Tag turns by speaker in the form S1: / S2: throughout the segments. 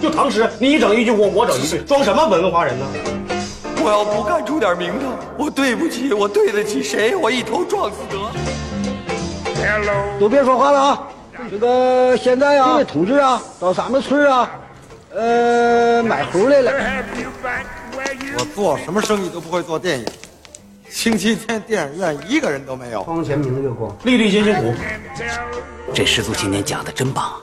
S1: 就唐诗，你一整一句，我我整一 句，装什么文化人呢？
S2: 我要不干出点名堂，我对不起，我对得起谁？我一头撞死得了。
S3: 都别说话了啊！这个现在啊，这位同志啊，到咱们村啊，呃，买猴来了。
S4: 我做什么生意都不会做电影，星期天电影院一个人都没有。
S3: 光前明月光，
S1: 粒粒皆辛苦，
S5: 这师祖今年讲的真棒啊！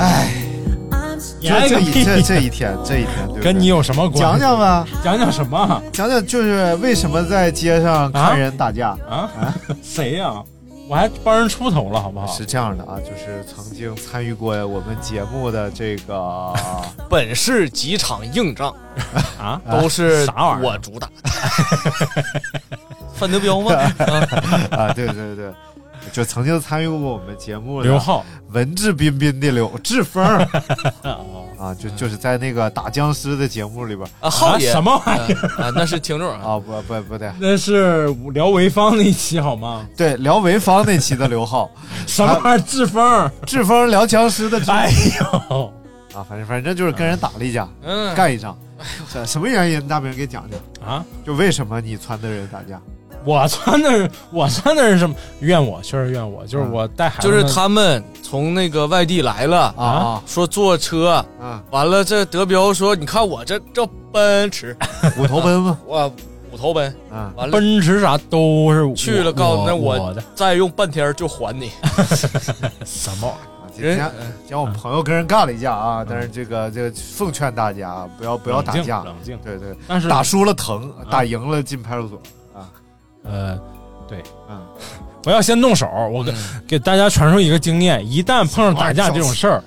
S6: 哎，这这一这这一天这一天，对不对
S7: 跟你有什么关系？
S6: 讲讲吧，
S7: 讲讲什么啊？
S6: 讲讲就是为什么在街上看人打架？
S7: 啊？ 谁呀、我还帮人出头了，好不好？
S6: 是这样的啊，就是曾经参与过我们节目的这 个，
S8: 本是几场硬 仗，
S7: 啊？
S8: 都是
S7: 啥玩意儿
S8: 我 主打。范德彪吗？啊
S6: 啊，对对对，就曾经参与过我们节目的
S7: 刘浩
S6: 文质彬彬的刘志峰
S7: 哦
S6: 啊，就就是在那个打僵尸的节目里边
S8: 啊，浩爷
S7: 什么玩意儿？
S8: 啊？啊那是听众啊，
S6: 啊，不不不对，
S7: 那是聊潍坊那期好吗？
S6: 对聊潍坊那期的刘浩，
S7: 什么玩意儿？志峰？
S6: 志峰聊僵尸的志
S7: 哎呦，
S6: 啊，反正反正就是跟人打了一架，
S8: 嗯，
S6: 干一仗。这什么原因？大明给讲讲，
S7: 啊！
S6: 就为什么你撺掇人打架？
S7: 我穿的是我穿的是什么？怨我，确实怨我，就是
S6: 嗯
S7: 我带孩子，
S8: 就是他们从那个外地来了，
S6: 啊
S8: 说坐车，
S6: 啊啊！
S8: 完了这德彪说，你看我这这奔驰，
S6: 虎嗯头奔嘛，
S8: 我五头奔，
S6: 啊，
S8: 完了
S7: 奔驰啥都是我
S8: 去了，告诉那
S7: 我
S8: 我
S7: 的
S8: 再用半天就还你。
S7: 什么玩意儿？
S6: 今天
S8: 嗯
S6: 今天我们朋友跟人干了一架啊，但是这个这个奉劝大家啊不要不要打
S7: 冷静
S6: 架，
S7: 冷静。
S6: 对对，
S7: 但是
S6: 打输了疼，打赢了进派出所。
S7: 呃，对，
S6: 嗯，
S7: 不要先动手。 我给、给大家传授一个经验：一旦碰上打架这种事儿，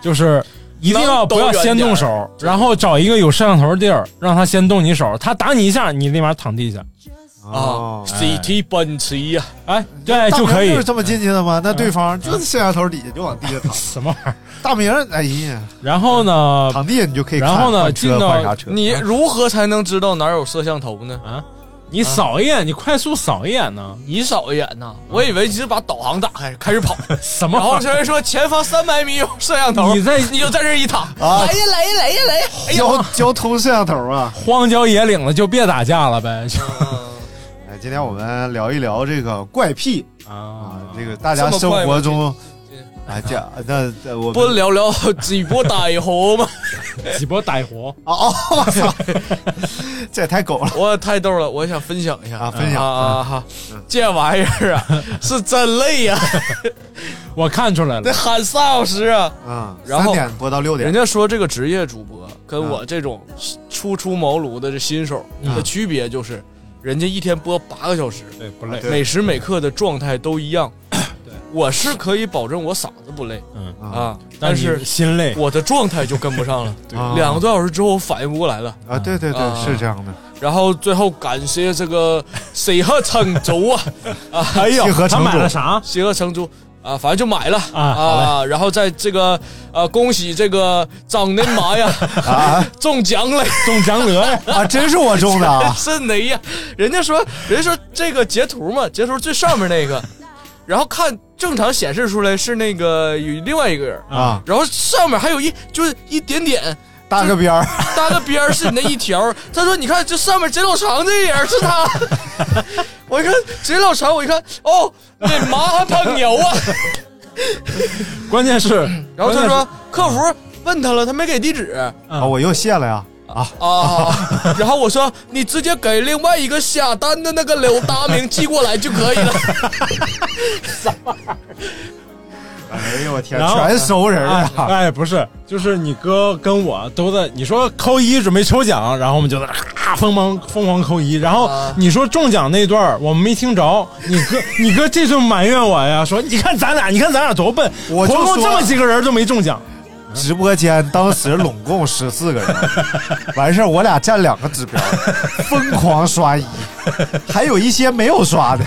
S7: 就是一定要不要先动手，然后找一个有摄像头的地儿，让他先动你手。他打你一下，你立马躺地下。
S8: 啊
S6: 哦，
S8: ，CT 奔驰呀，
S7: 哎，对，就可
S6: 大明
S7: 以嗯
S6: 就是。这么进去的吗？那对方就是摄像头底下就往地下 躺，
S7: 什么玩意儿？
S6: 大明，哎呀，
S7: 然后呢？
S6: 躺地下你就可以看
S7: 啊然后呢
S6: 换车
S7: 进到
S6: 换啥车？
S8: 你如何才能知道哪有摄像头呢？
S7: 啊，你扫一眼，你快速扫一眼呢？
S8: 你扫一眼呐，我以为你是把导航打开开始 跑，
S7: 什么
S8: 然后
S7: 玩意
S8: 这
S7: 儿？
S8: 人说前方三百米有摄像头，
S7: 你在
S8: 你就在这儿一躺，
S6: 啊
S8: 来呀来呀来呀来呀，哎呀，
S6: 交交通摄像头啊！
S7: 荒郊野岭了就别打架了呗。就
S6: 哎，今天我们聊一聊这个怪癖
S7: 啊
S6: 啊，这个大家生活中啊，这那那我
S8: 不
S6: 们
S8: 聊聊几波逮猴吗？
S7: 几波歹活，
S6: 啊 哦，我操，这也太狗了
S8: 我太逗了，我想分享一下
S6: 啊分享嗯
S8: 啊啊！哈这玩意儿啊，是真累呀、
S7: 我看出来
S8: 得
S7: 了。
S8: 喊仨小时啊！
S6: 啊！
S8: 然后
S6: 三点播到六点啊
S8: 人，家说这个职业主播跟我这种初出茅庐的这新手的区别就是，人家一天播八个小时，
S7: 对，不累
S6: 对。
S8: 每时每刻的状态都一样。我是可以保证我嗓子不累
S7: 嗯
S8: 啊，但
S7: 但是
S8: 是
S7: 心累。
S8: 我的状态就跟不上 了。
S6: 啊
S8: 两个多小时之后，我反应不过来了。
S6: 啊，对对
S8: 啊
S6: 对，是这样的，
S8: 然后最后感谢这个 水鹤成竹啊，
S7: 哎呦
S6: 集合
S7: 他
S6: 成
S7: 买
S6: 种
S7: 了啥？
S8: 水鹤成竹啊，反正就买了
S7: 啊好
S8: 然后在这个呃，恭喜这个张的妈呀
S6: 啊
S8: 中奖了，！
S7: 中奖了呀！
S6: 啊，真是我中的啊
S8: 是哪呀？人家说，人家说这个截图嘛，截图最上面那个，然后看正常显示出来是那个有另外一个人。
S6: 啊，
S8: 然后上面还有一就是一点点
S6: 搭个边儿，
S8: 搭个边儿是你那一 条儿。他说：“你看这上面贼老长这人是他。” 我一看贼老长，我一看哦，那麻还胖牛啊。
S7: 关键是，
S8: 然后
S7: 关键
S8: 他
S7: 是
S8: 说客服问他了，他没给地址
S7: 嗯
S6: 啊，我又谢了呀！啊，
S8: 啊。 然后我说你直接给另外一个下单的那个啊刘达明寄过来就可以了。
S6: 哎呦我天
S7: 然后
S6: 全熟人啊
S7: 哎！哎，不是，就是你哥跟我都在，你说扣一准备抽奖，然后我们就在那咔疯狂疯狂扣一，然后
S6: 啊
S7: 你说中奖那段儿我们没听着，你哥你哥这就埋怨我呀，说你看咱俩，你看咱俩多笨，
S6: 我就
S7: 总共
S6: 说
S7: 这么几个人都没中奖，
S6: 直播间当时拢共十四个人，完事儿我俩占两个指标，疯狂刷一，还有一些没有刷的，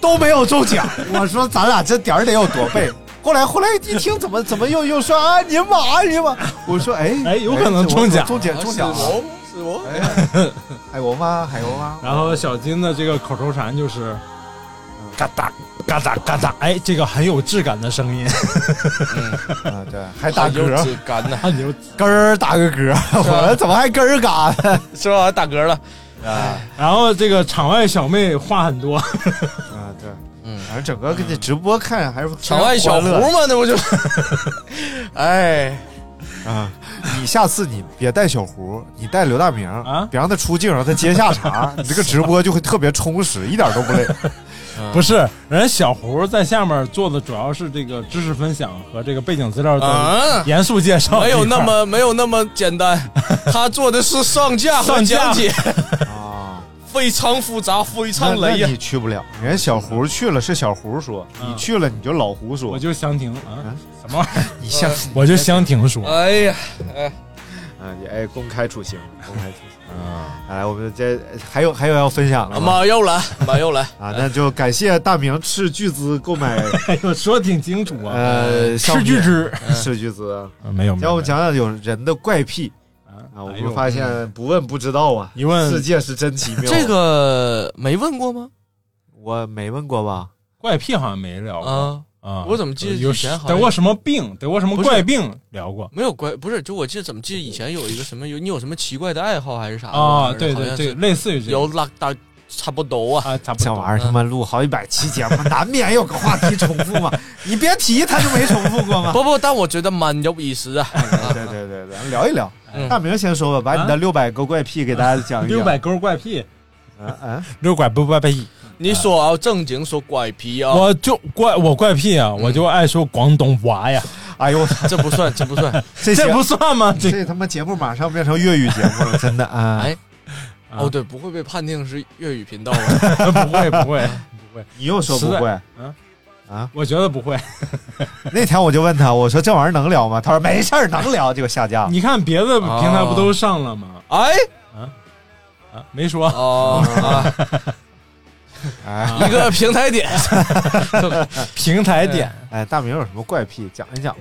S6: 都没有中奖。我说咱俩这点儿得有多背。后来后来一听怎么怎么又又刷啊你妈啊你妈，我说哎
S7: 哎有可能中奖
S6: 我中奖中奖哎
S8: 啊是我，是我，
S6: 海螺吗？海螺吗？
S7: 然后小金的这个口头禅就是嘎哒嘎哒嘎哒，哎，这个很有质感的声音，
S6: 啊对，还打
S8: 有
S6: 嗝，
S8: 质感呢，
S7: 很有。
S6: 根儿打个嗝，我说怎么还根儿嘎呢？
S8: 是吧？打嗝了，
S7: 然后这个场外小妹话很多，
S6: 啊，对，嗯，反正整个跟这直播看还是非常
S8: 场外小
S6: 欢
S8: 胡
S6: 乐的
S8: 嘛，那不就？哎，
S6: 啊！你下次你别带小胡，你带刘大明
S7: 啊
S6: 别让他出镜，让他接下茬，你这个直播就会特别充实，一点都 不累。
S7: 不是人家小胡在下面做的主要是这个知识分享和这个背景资料的
S8: 啊
S7: 严肃介绍，
S8: 没有那么没有那么简单，他做的是上架和
S7: 上架
S8: 讲解，
S6: 啊，
S8: 非常复杂，非
S6: 那
S8: 常
S6: 那
S8: 累呀
S6: 你。去不了，人家小胡去了是小胡说，你去了你就老胡说
S7: 嗯我，就详情啊，什么玩意儿？
S6: 你像
S7: 我就详情说，
S8: 哎呀，
S6: 啊，也哎，公开处刑，公开处刑啊！哎，我们这还有还有要分享的吗？
S8: 马又来，马又来，
S6: 啊，那就感谢大明斥巨资购 买
S7: 哎呦，说得挺清楚啊，
S6: 呃，
S7: 斥巨资
S6: 斥巨资啊，
S7: 啊没有没
S6: 让我
S7: 有
S6: 们，讲讲有人的怪癖啊！
S7: 啊
S6: 我
S7: 哎呦
S6: 们发现不问不知道啊，
S7: 一问
S6: 世界是真奇妙。
S8: 这个没问过吗？
S6: 我没问过吧？
S7: 怪癖好像没聊过
S8: 啊，
S7: 啊，
S8: 我怎么记得
S7: 有
S8: 以前好
S7: 得
S8: 像
S7: 过什么病，得过什么
S8: 不是
S7: 怪病聊过
S8: 没有怪，不是，就我记得怎么记得以前有一个什么有你有什么奇怪的爱好还是啥的
S7: 啊？
S8: 反正
S7: 对
S8: 好
S7: 对
S8: 像
S7: 对，
S8: 是
S7: 类似于这
S8: 有
S7: 个
S8: 拉大差不多啊。
S7: 啊，差不
S6: 这
S7: 多
S6: 玩意儿他妈录好几百期节目，难免有个话题重复嘛。你别提他就没重复过嘛。
S8: 不不，但我觉得蛮有意思的。 啊
S6: 对对对对，咱们聊一聊。
S8: 嗯
S6: 大明先说吧，把你的六百个怪癖给大家讲一讲。
S7: 六百勾怪癖，
S6: 啊啊！
S7: 六拐不怪癖，
S8: 你说啊，正经说怪癖啊，
S7: 我就怪我怪癖啊，
S8: 嗯
S7: 我就爱说广东话呀，
S6: 哎 呦，我操
S8: 这不算，这不算。
S6: 这
S7: 这
S6: 节
S7: 不算吗？这
S6: 这他妈节目马上变成粤语节 目了，真的啊！
S8: 哎
S7: 啊
S8: 哦，对，不会被判定是粤语频 道吧？
S7: 不会不会，
S6: 你又说不
S7: 实
S6: 会
S7: 在。嗯
S6: 啊！
S7: 我觉得不会。
S6: 那天我就问他，我说这玩意儿能聊吗？他说没事儿能聊，结果下架了。
S7: 你看别的平台不都上了吗？
S8: 哎，
S7: 啊，没说。
S8: 哦，啊
S6: 哎。
S8: 一个平台点，
S7: 平台点，
S6: 哎，大明有什么怪癖？讲一讲，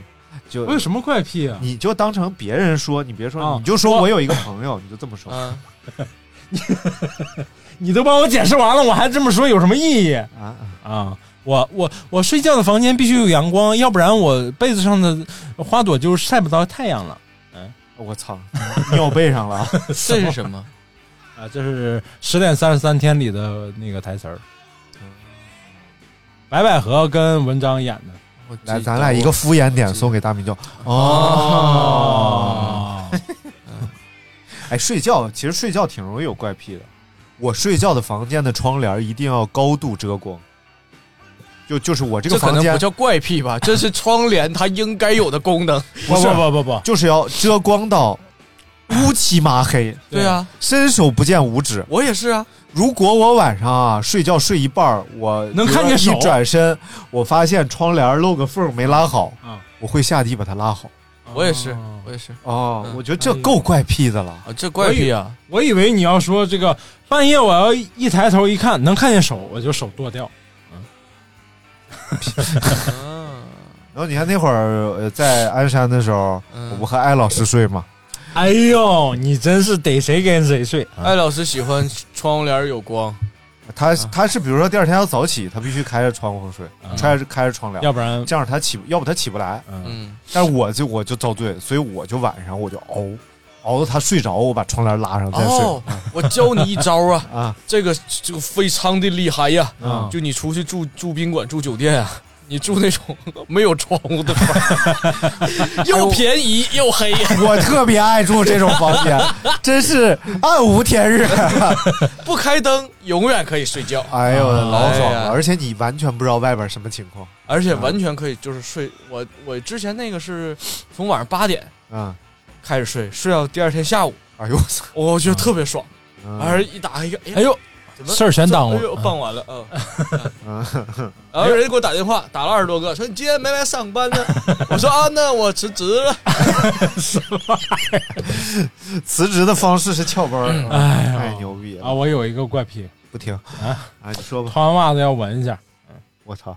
S6: 就
S7: 我有什么怪癖啊？
S6: 你就当成别人说，你别说，
S7: 啊
S6: 你就哦说我有一个朋友，你就这么说
S8: 嗯，
S7: 你都帮我解释完了，我还这么说有什么意义
S6: 啊。
S7: 啊？我我我睡觉的房间必须有阳光，要不然我被子上的花朵就晒不到太阳了
S6: 我操，尿背上 了！
S8: 这是什么？
S7: 啊！这是《十点三十三天》里的那个台词儿，嗯白百合跟文章演的。
S8: 我记
S6: 来，
S8: 得
S6: 咱俩一个哦敷衍点送给大明就哦。
S7: 哦，
S6: 哎，睡觉其实睡觉挺容易有怪癖的。我睡觉的房间的窗帘一定要高度遮光，就就是我这
S8: 这
S6: 个
S8: 可
S6: 房
S8: 能
S6: 间
S8: 不叫怪癖吧，这是窗帘它应该有的功能。
S7: 不
S6: 是
S7: 不不不不，
S6: 就是要遮光到乌漆麻黑，
S8: 对啊，
S6: 伸手不见五指。
S8: 我也是啊，
S6: 如果我晚上啊睡觉睡一半儿，我
S7: 能看见手
S6: 一转身，我发现窗帘漏个缝儿没拉好，
S8: 嗯
S7: 啊
S6: 我会下地把它拉好。
S8: 我也是
S7: 哦，
S8: 我也是
S6: 哦
S8: 嗯
S6: 我觉得这够怪癖的了。
S8: 啊，这怪癖啊，
S7: 我以为你要说这个半夜我要一抬头一看能看见手，我就手剁掉。
S8: 嗯
S6: 然后你看那会儿呃在鞍山的时候，我
S8: 嗯
S6: 不。和艾老师睡吗？
S7: 哎呦，你真是逮谁跟谁睡。
S8: 艾老师喜欢窗帘有光，
S6: 他
S7: 啊
S6: 他是比如说第二天要早起，他必须开着窗户睡，
S7: 嗯
S6: 开着开着窗帘，
S7: 要不然，
S6: 这样他起要不他起不来。
S7: 嗯，
S8: 嗯，
S6: 但是我就我就遭罪，所以我就晚上我就熬熬到他睡着，我把窗帘拉上再睡。
S8: 哦，我教你一招啊，
S6: 啊
S8: 这个这个非常的厉害呀，
S6: 啊
S8: 就你出去住住宾馆住酒店啊，你住那种 没有窗户 的房，又便宜又黑。
S6: 我特别爱住这种房间，真是暗无天 日。
S8: 不开灯永远可以睡觉。
S6: 哎呦，老爽
S8: 哎呀
S6: 了！而且你完全不知道外边什么情况
S8: 而且完全可以就是睡。我我之前那个是从晚上八点
S6: 啊！
S8: 开始睡，睡到第二天下午，
S6: 哎呦我操！
S8: 我觉得特别爽。
S6: 嗯
S8: 完事一打开一个，
S7: 哎呦，
S8: 怎么
S7: 事儿全耽误了
S8: 哎呦，办完 了啊！
S6: 嗯
S8: 然后有人给我打电话，打了二十多个，说你今天没来上班呢。 我说啊，那我辞职了。
S6: 辞职的方式是翘班儿，啊
S7: 哎呀
S6: 太牛逼
S7: 啊！
S6: 了！
S7: 我有一个怪癖，
S6: 不听
S7: 啊
S6: 啊，你说吧，
S7: 穿完袜子要闻一下。
S6: 我操，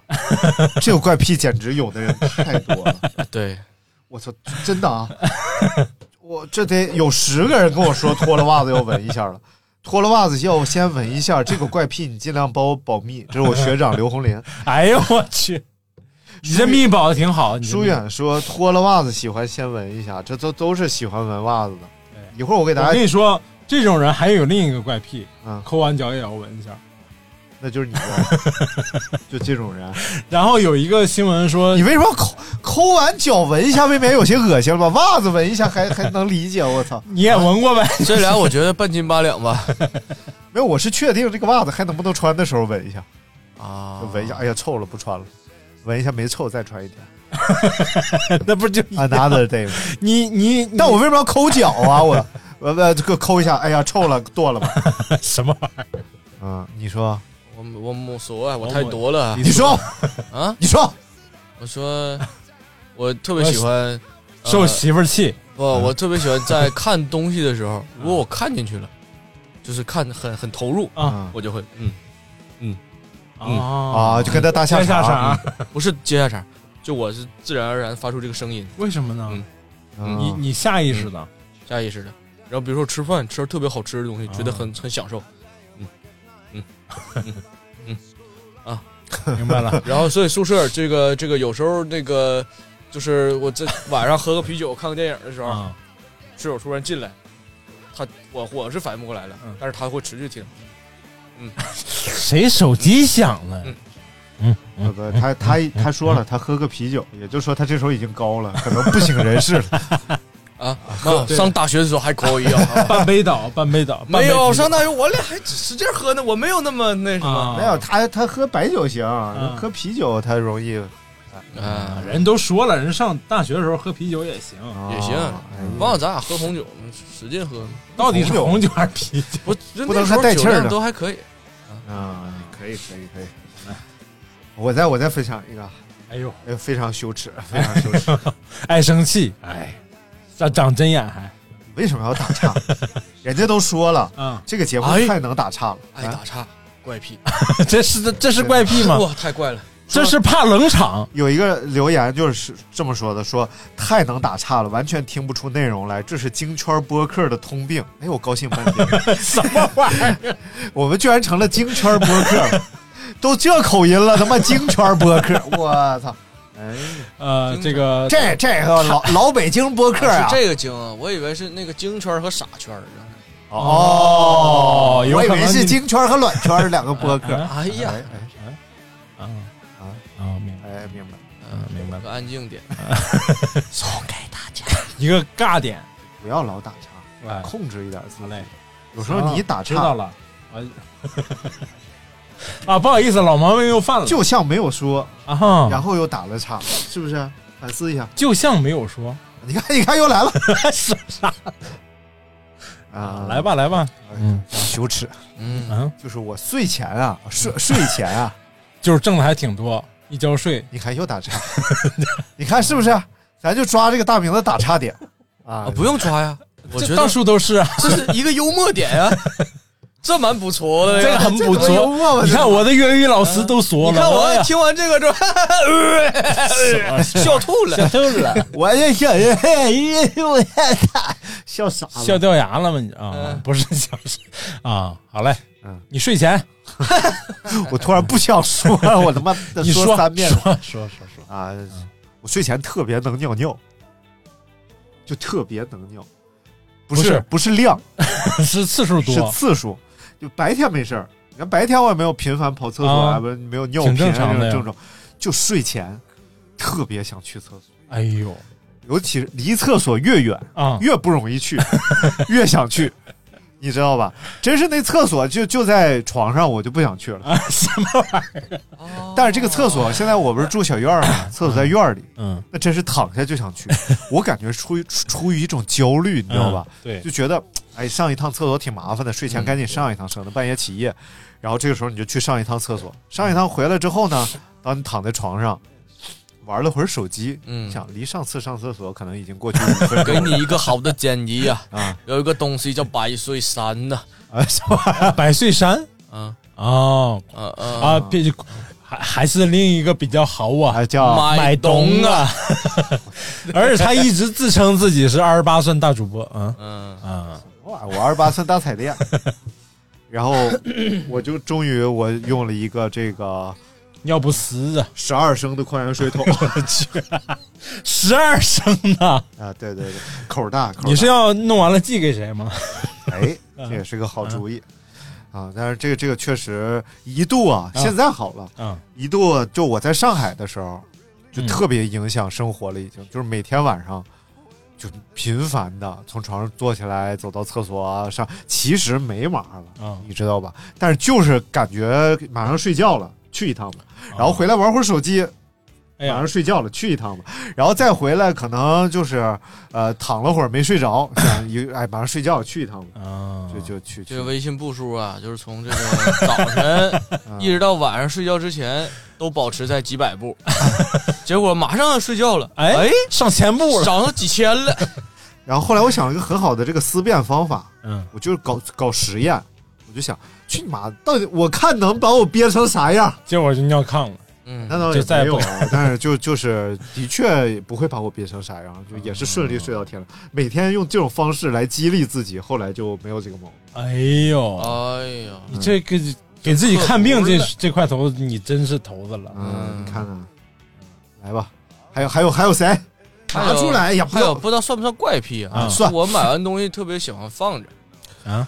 S6: 这个怪癖简直有的人太多了。
S8: 对，
S6: 我操，真的啊！我这得有十个人跟我说脱了袜子要闻一下了，脱了袜子要先闻一下这个怪癖，你尽量帮我保密。这是我学长刘红林。
S7: 哎呦我去，你这密保的挺好。 你这
S6: 疏
S7: 密
S6: 远说脱了袜子喜欢先闻一下，这都都是喜欢闻袜子的。一会儿我给大
S7: 我跟
S6: 家，
S7: 你说，这种人还有另一个怪癖，
S6: 嗯，
S7: 抠完脚也要闻一下。
S6: 那就是你了，就这种人。
S7: 然后有一个新闻说
S6: 你，为什么要抠抠完脚闻一下，未免有些恶心了吧？袜子闻一下还还能理解，我操！
S7: 你也闻过呗？
S8: 这俩我觉得半斤八两吧。
S6: 没有，我是确定这个袜子还能不能穿的时候闻一下，
S8: 啊
S6: 就闻一下，哎呀臭了不穿了，闻一下没臭再穿一天。
S7: 那不就
S6: Another day，
S7: 你你你
S6: 但我为什么要抠脚啊？我我我这个抠一下，哎呀臭了剁了吧？
S7: 什么玩意
S6: 嗯，你说
S8: 我我无所谓，我太多了
S6: 你说
S8: 啊！
S6: 你说，
S8: 我说，我特别喜欢
S7: 儿？受
S8: 呃
S7: 媳妇儿气，
S8: 不，我特别喜欢在看东西的 时候，
S7: 嗯
S8: 如果我看进去了，就是看得很很投入，
S6: 嗯
S8: 我就会嗯，嗯
S7: 啊
S6: 啊，就跟他搭下
S7: 下
S6: 场。啊
S7: 场，
S8: 不是接下茬，就我是自然而然发出这个声音，
S7: 为什么呢？
S8: 嗯
S6: 嗯
S7: 你你下意识的，
S8: 下意识的。然后比如说吃饭吃到特别好吃的东西，
S7: 啊
S8: 觉得很很享受，
S6: 嗯
S7: 明白了
S8: 然后所以宿舍这个这个有时候那个就是我在晚上喝个啤酒看个电影的时候，
S7: 啊？
S8: 室友突然进来，他我我是反应不过来了
S7: 嗯，
S8: 但是他会持续听，
S7: 谁手机响了？
S6: 不不，他他他说了，他喝个啤酒，也就是说他这时候已经高了，可能不省人事了。
S8: 啊，妈上大学的时候还可以 啊，
S7: 半杯 倒，半杯倒，
S8: 没有
S7: 半
S8: 上大学我俩还使劲喝呢，我没有那么那
S7: 杯
S8: 什
S7: 倒
S8: 么，
S7: 啊，
S6: 没有他，他喝白酒行，喝啤酒他容易
S8: 啊
S7: 啊，人都说了，人上大学的时候喝啤酒也行，
S8: 也行嗯
S6: 哎呀
S8: 忘了咱俩喝红酒，使劲喝。
S7: 到底是红酒还是啤 酒？
S8: 不，
S6: 不能喝带气儿的
S8: 那时候酒量都还可以。
S6: 啊，可以可以可以。我再我再分享一个，
S7: 哎呦，
S6: 哎，非常羞耻，非常羞耻。
S7: 爱生气，哎，长长针眼还，
S6: 为什么要打岔？人家都说了，
S7: 啊，
S6: 这个节目太能打岔了。啊
S8: 爱打岔，怪癖，
S7: 这是这是怪癖吗？
S8: 哇，太怪了。
S7: 这是怕冷场，
S6: 有一个留言就是这么说的，说太能打岔了，完全听不出内容来，这是京圈播客的通病。哎，我高兴半天。
S7: 什么玩意儿？
S6: 我们居然成了京圈播客， 都这口音了，他妈京圈播客，我操！哎，
S7: 呃，这个
S6: 这这个老老北京播客
S8: 是
S6: 啊，
S8: 这个精啊，我以为是那个京圈和傻圈儿。
S6: 哦，
S7: 有
S6: 我以
S7: 可能
S6: 为是
S7: 你
S6: 京圈和卵圈两个播客。
S8: 哎呀，
S6: 哎
S7: 啊
S6: 啊
S7: 啊，明白，
S6: 哎，明白。
S7: 嗯，明白
S8: 我，安静点。
S7: 一个尬点，
S6: 不要老打岔，
S7: 哎，
S6: 控制一点自
S7: 好
S6: 己。
S7: 嘞，
S6: 有时候你一打
S7: 知道
S6: 岔，
S7: 了，啊， 啊，不好意思，老毛病又犯了，
S6: 就像没有说，
S7: 啊哈，
S6: 然后又打了岔，是不是？反思一下。
S7: 就像没有说，
S6: 你看，你看，又来了
S7: 是啥？
S6: 啊！
S7: 来，吧，来吧，嗯
S6: 羞耻，
S8: 嗯，
S7: 嗯，
S6: 就是我睡前啊，睡睡前啊，
S7: 就是挣的还挺多，一交税
S6: 你看又打 岔，你看是不是？啊咱就抓这个大名的打岔点啊
S8: 啊，不用抓呀，我觉
S7: 这
S8: 得
S7: 到处都是啊，
S8: 这是一个幽默点呀， 这蛮不错的
S7: 这个
S8: 呀。
S7: 很不
S6: 这 多幽
S7: 错。
S6: 默吧？
S7: 你看我的粤语老师都说了，
S8: 你看
S7: 哎
S8: 我
S7: 呀
S8: 听完这个之 后，笑吐了。
S7: 笑了，
S6: 我这小人，我 笑傻了。
S7: 笑掉牙了吗？你啊
S8: 嗯，
S7: 不是笑啊，好嘞
S6: 嗯，
S7: 你睡前
S6: 我突然不想说了，我他 妈的
S7: 你
S6: 说三遍了
S7: 说说说说，
S6: 啊！我睡前特别能尿尿，就特别能尿，不
S7: 不
S6: 是
S7: 是
S6: 不是量，
S7: 是次数
S6: 是
S7: 多，
S6: 次数。就白天没事儿，你看白天我也没有频繁跑厕所
S7: 啊
S6: 啊，不是没有尿
S7: 挺
S6: 频
S7: 正
S6: 啊
S7: 常
S6: 这种
S7: 的呀
S6: 症状，就睡前特别想去厕所，
S7: 哎呦，
S6: 尤其是离厕所越远
S7: 啊
S6: 越不容易 去，越想去，你知道吧？真是那厕所就就在床上，我就不想去了。
S7: 啊什么玩
S6: 意儿？但是这个厕所现在我不是住小院儿嘛，厕所在院儿里，
S7: 嗯，
S6: 那真是躺下就想 去。我感觉出于出出于一种焦虑，你知道吧？
S7: 嗯对
S6: 就觉得哎，上一趟厕所挺麻烦的，睡
S7: 嗯
S6: 前赶紧上一趟，省得半夜起夜。然后这个时候你就去上一趟厕所，上一趟回来之后呢，当你躺在床上。玩了会儿手机，
S8: 嗯
S6: 想离上次上厕所可能已经过去五 分钟
S8: 给
S6: 了。
S8: 你一个好的建议啊，
S6: 啊
S8: 有一个东西叫百岁山呐、
S6: 啊什么玩意儿？
S7: 百岁山
S8: 啊，
S7: 哦
S8: 嗯、啊、嗯、
S7: 啊，别还还是另一个比较好啊
S6: 啊，叫
S8: 买
S7: 买
S8: 东
S7: 东啊， 而且他一直自称自己是二十八岁大主播，嗯
S8: 嗯，
S7: 嗯，
S6: 我二十八算大彩电。然 后我就终于我用了一个这个
S7: 要不死啊，
S6: 十二升的矿泉水桶
S7: 十二升呢？
S6: 啊，对对对，口儿大，口儿大
S7: 你是要弄完了寄给谁吗？
S6: 哎，
S7: 嗯
S6: 这也是个好主意啊。但是这个这个确实一度啊，现在好了，
S7: 嗯
S6: 一度就我在上海的时候，就
S7: 嗯
S6: 特别影响生活了，已经就是每天晚上。就频繁的从床上坐起来，走到厕所啊上，其实没码了，
S7: 嗯
S6: 你知道吧？但是就是感觉马上睡觉了，去一趟吧，然后回来玩会儿手机，晚
S7: 哎哦呀
S6: 上，睡觉了，去一趟吧，然后再回来可能就是呃躺了会儿没睡着，想一哎马上睡觉去一趟吧，
S7: 啊，
S6: 就就去去
S8: 这个微信步数啊，就是从这个早晨
S6: 嗯
S8: 一直到晚上睡觉之前，都保持在几百步，结果马上睡觉了，
S7: 哎
S8: 哎，
S7: 上前步了，
S8: 涨到几千了，
S6: 然后后来我想了一个很好的这个思辨方法，
S7: 嗯，
S6: 我就是搞搞实验，我就想去你妈，到底我看能把我憋成啥样？
S7: 结果就尿炕了，
S8: 嗯
S6: 那倒
S7: 就
S6: 也
S7: 再也
S6: 没有
S7: 不
S6: 啊，但是就就是的确不会把我憋成啥样，就也是顺利睡到天亮。
S7: 嗯
S6: 每天用这种方式来激励自己，后来就没有这个毛病。
S7: 哎呦，
S8: 哎呀，
S7: 你这个给自己看病这
S8: 就克服
S7: 这块头，你真是头子了，
S6: 嗯，你看看，来吧，还有还有还有谁？
S8: 还有
S6: 拿出来呀！不
S8: 还有
S6: 要
S8: 不知道算不算怪癖啊？
S7: 嗯
S6: 算啊
S8: 我买完东西特别喜欢放着，啊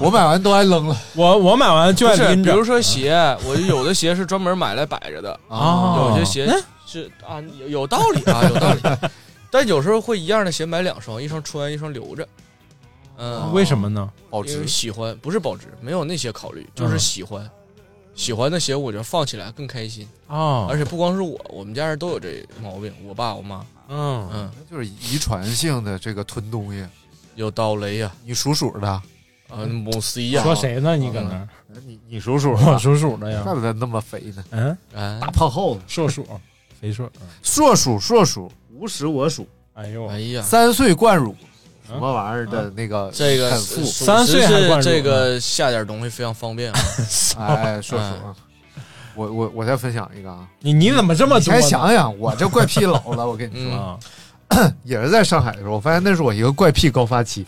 S6: 我买完都挨扔了
S7: 我我买完就
S8: 不
S7: 爱
S8: 是，
S7: 拎
S8: 比
S7: 着
S8: 如说鞋，我有的鞋是专门买来摆着的，
S7: 啊
S6: 哦
S8: 有些鞋
S6: 嗯
S8: 是啊，有有道理 啊，有道理。但有时候会一样的鞋买两双，一双穿，一双留着。
S6: 哦
S8: 嗯，
S7: 为什么呢？
S6: 保
S8: 因为
S6: 值。
S8: 喜欢，不是保值，没有那些考虑，就是
S7: 嗯
S8: 喜欢。喜欢的鞋，我觉得放起来更开心，
S6: 哦
S7: 啊
S8: 而且不光是我，我们家人都有这毛病，我爸我妈，
S7: 嗯，
S8: 嗯，
S6: 就是遗传性的这个吞东西，
S8: 有刀雷呀、
S6: 你属鼠的，
S8: 啊，母 C 呀、
S7: 说谁呢？你搁那儿，
S6: 你你属鼠
S7: 我
S6: 的，
S7: 属鼠的
S6: 怪
S7: 呀，
S6: 不得那么肥呢。
S7: 嗯，
S8: 哎
S6: 大胖耗子，
S7: 硕鼠，肥硕，嗯
S6: 硕鼠硕鼠，无食我鼠，
S7: 哎呦
S8: 哎，呀，
S6: 三岁灌乳，
S7: 啊
S6: 什么玩意儿的那个
S8: 这个
S6: 产
S8: 是
S6: 妇，
S8: 属
S7: 三
S8: 实
S7: 岁还
S8: 是
S7: 灌乳
S8: 这
S7: 呢
S8: 个下点东西非常 方便啊。
S6: 哎，硕鼠啊。我我我再分享一个啊，
S7: 你你怎么这么
S6: 你
S7: 多
S6: 先
S7: 呢？
S6: 想想，我这怪癖老了，我跟你说，
S8: 嗯，
S7: 啊，
S6: 也是在上海的时候，我发现那是我一个怪癖高发期，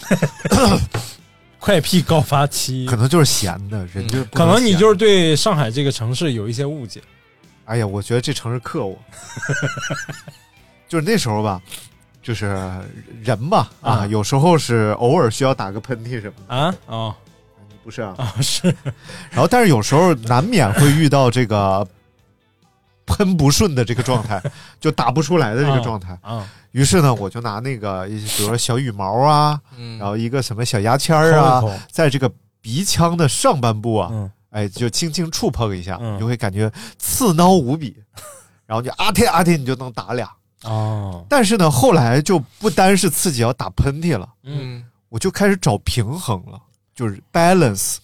S7: 快屁高发 期
S6: 可，能就是闲的，人就不
S7: 嗯可能你
S6: 闲
S7: 就是对上海这个城市有一些误解。
S6: 哎呀，我觉得这城市克我， 就是那时候吧，就是人嘛啊，
S7: 啊
S6: 有时候是偶尔需要打个喷嚏什么的，
S7: 啊哦
S6: 你不是啊？
S7: 啊是
S6: 然后但是有时候难免会遇到这个喷不顺的这个状 态，就打不出来的这个状态。
S7: 啊，
S6: 于是呢，我就拿那个一些，比如说小羽毛啊，
S8: 嗯
S6: 然后一个什么小牙签儿啊
S7: 抠一抠，
S6: 在这个鼻腔的上半部啊，
S7: 嗯
S6: 哎，就轻轻触碰一下，
S7: 嗯
S6: 你就会感觉刺挠无 比，然后就啊天啊天，你就能打俩。
S7: 哦
S6: 但是呢，后来就不单是自己要打喷嚏了，
S8: 嗯，
S6: 我就开始找平衡了，就是 balance。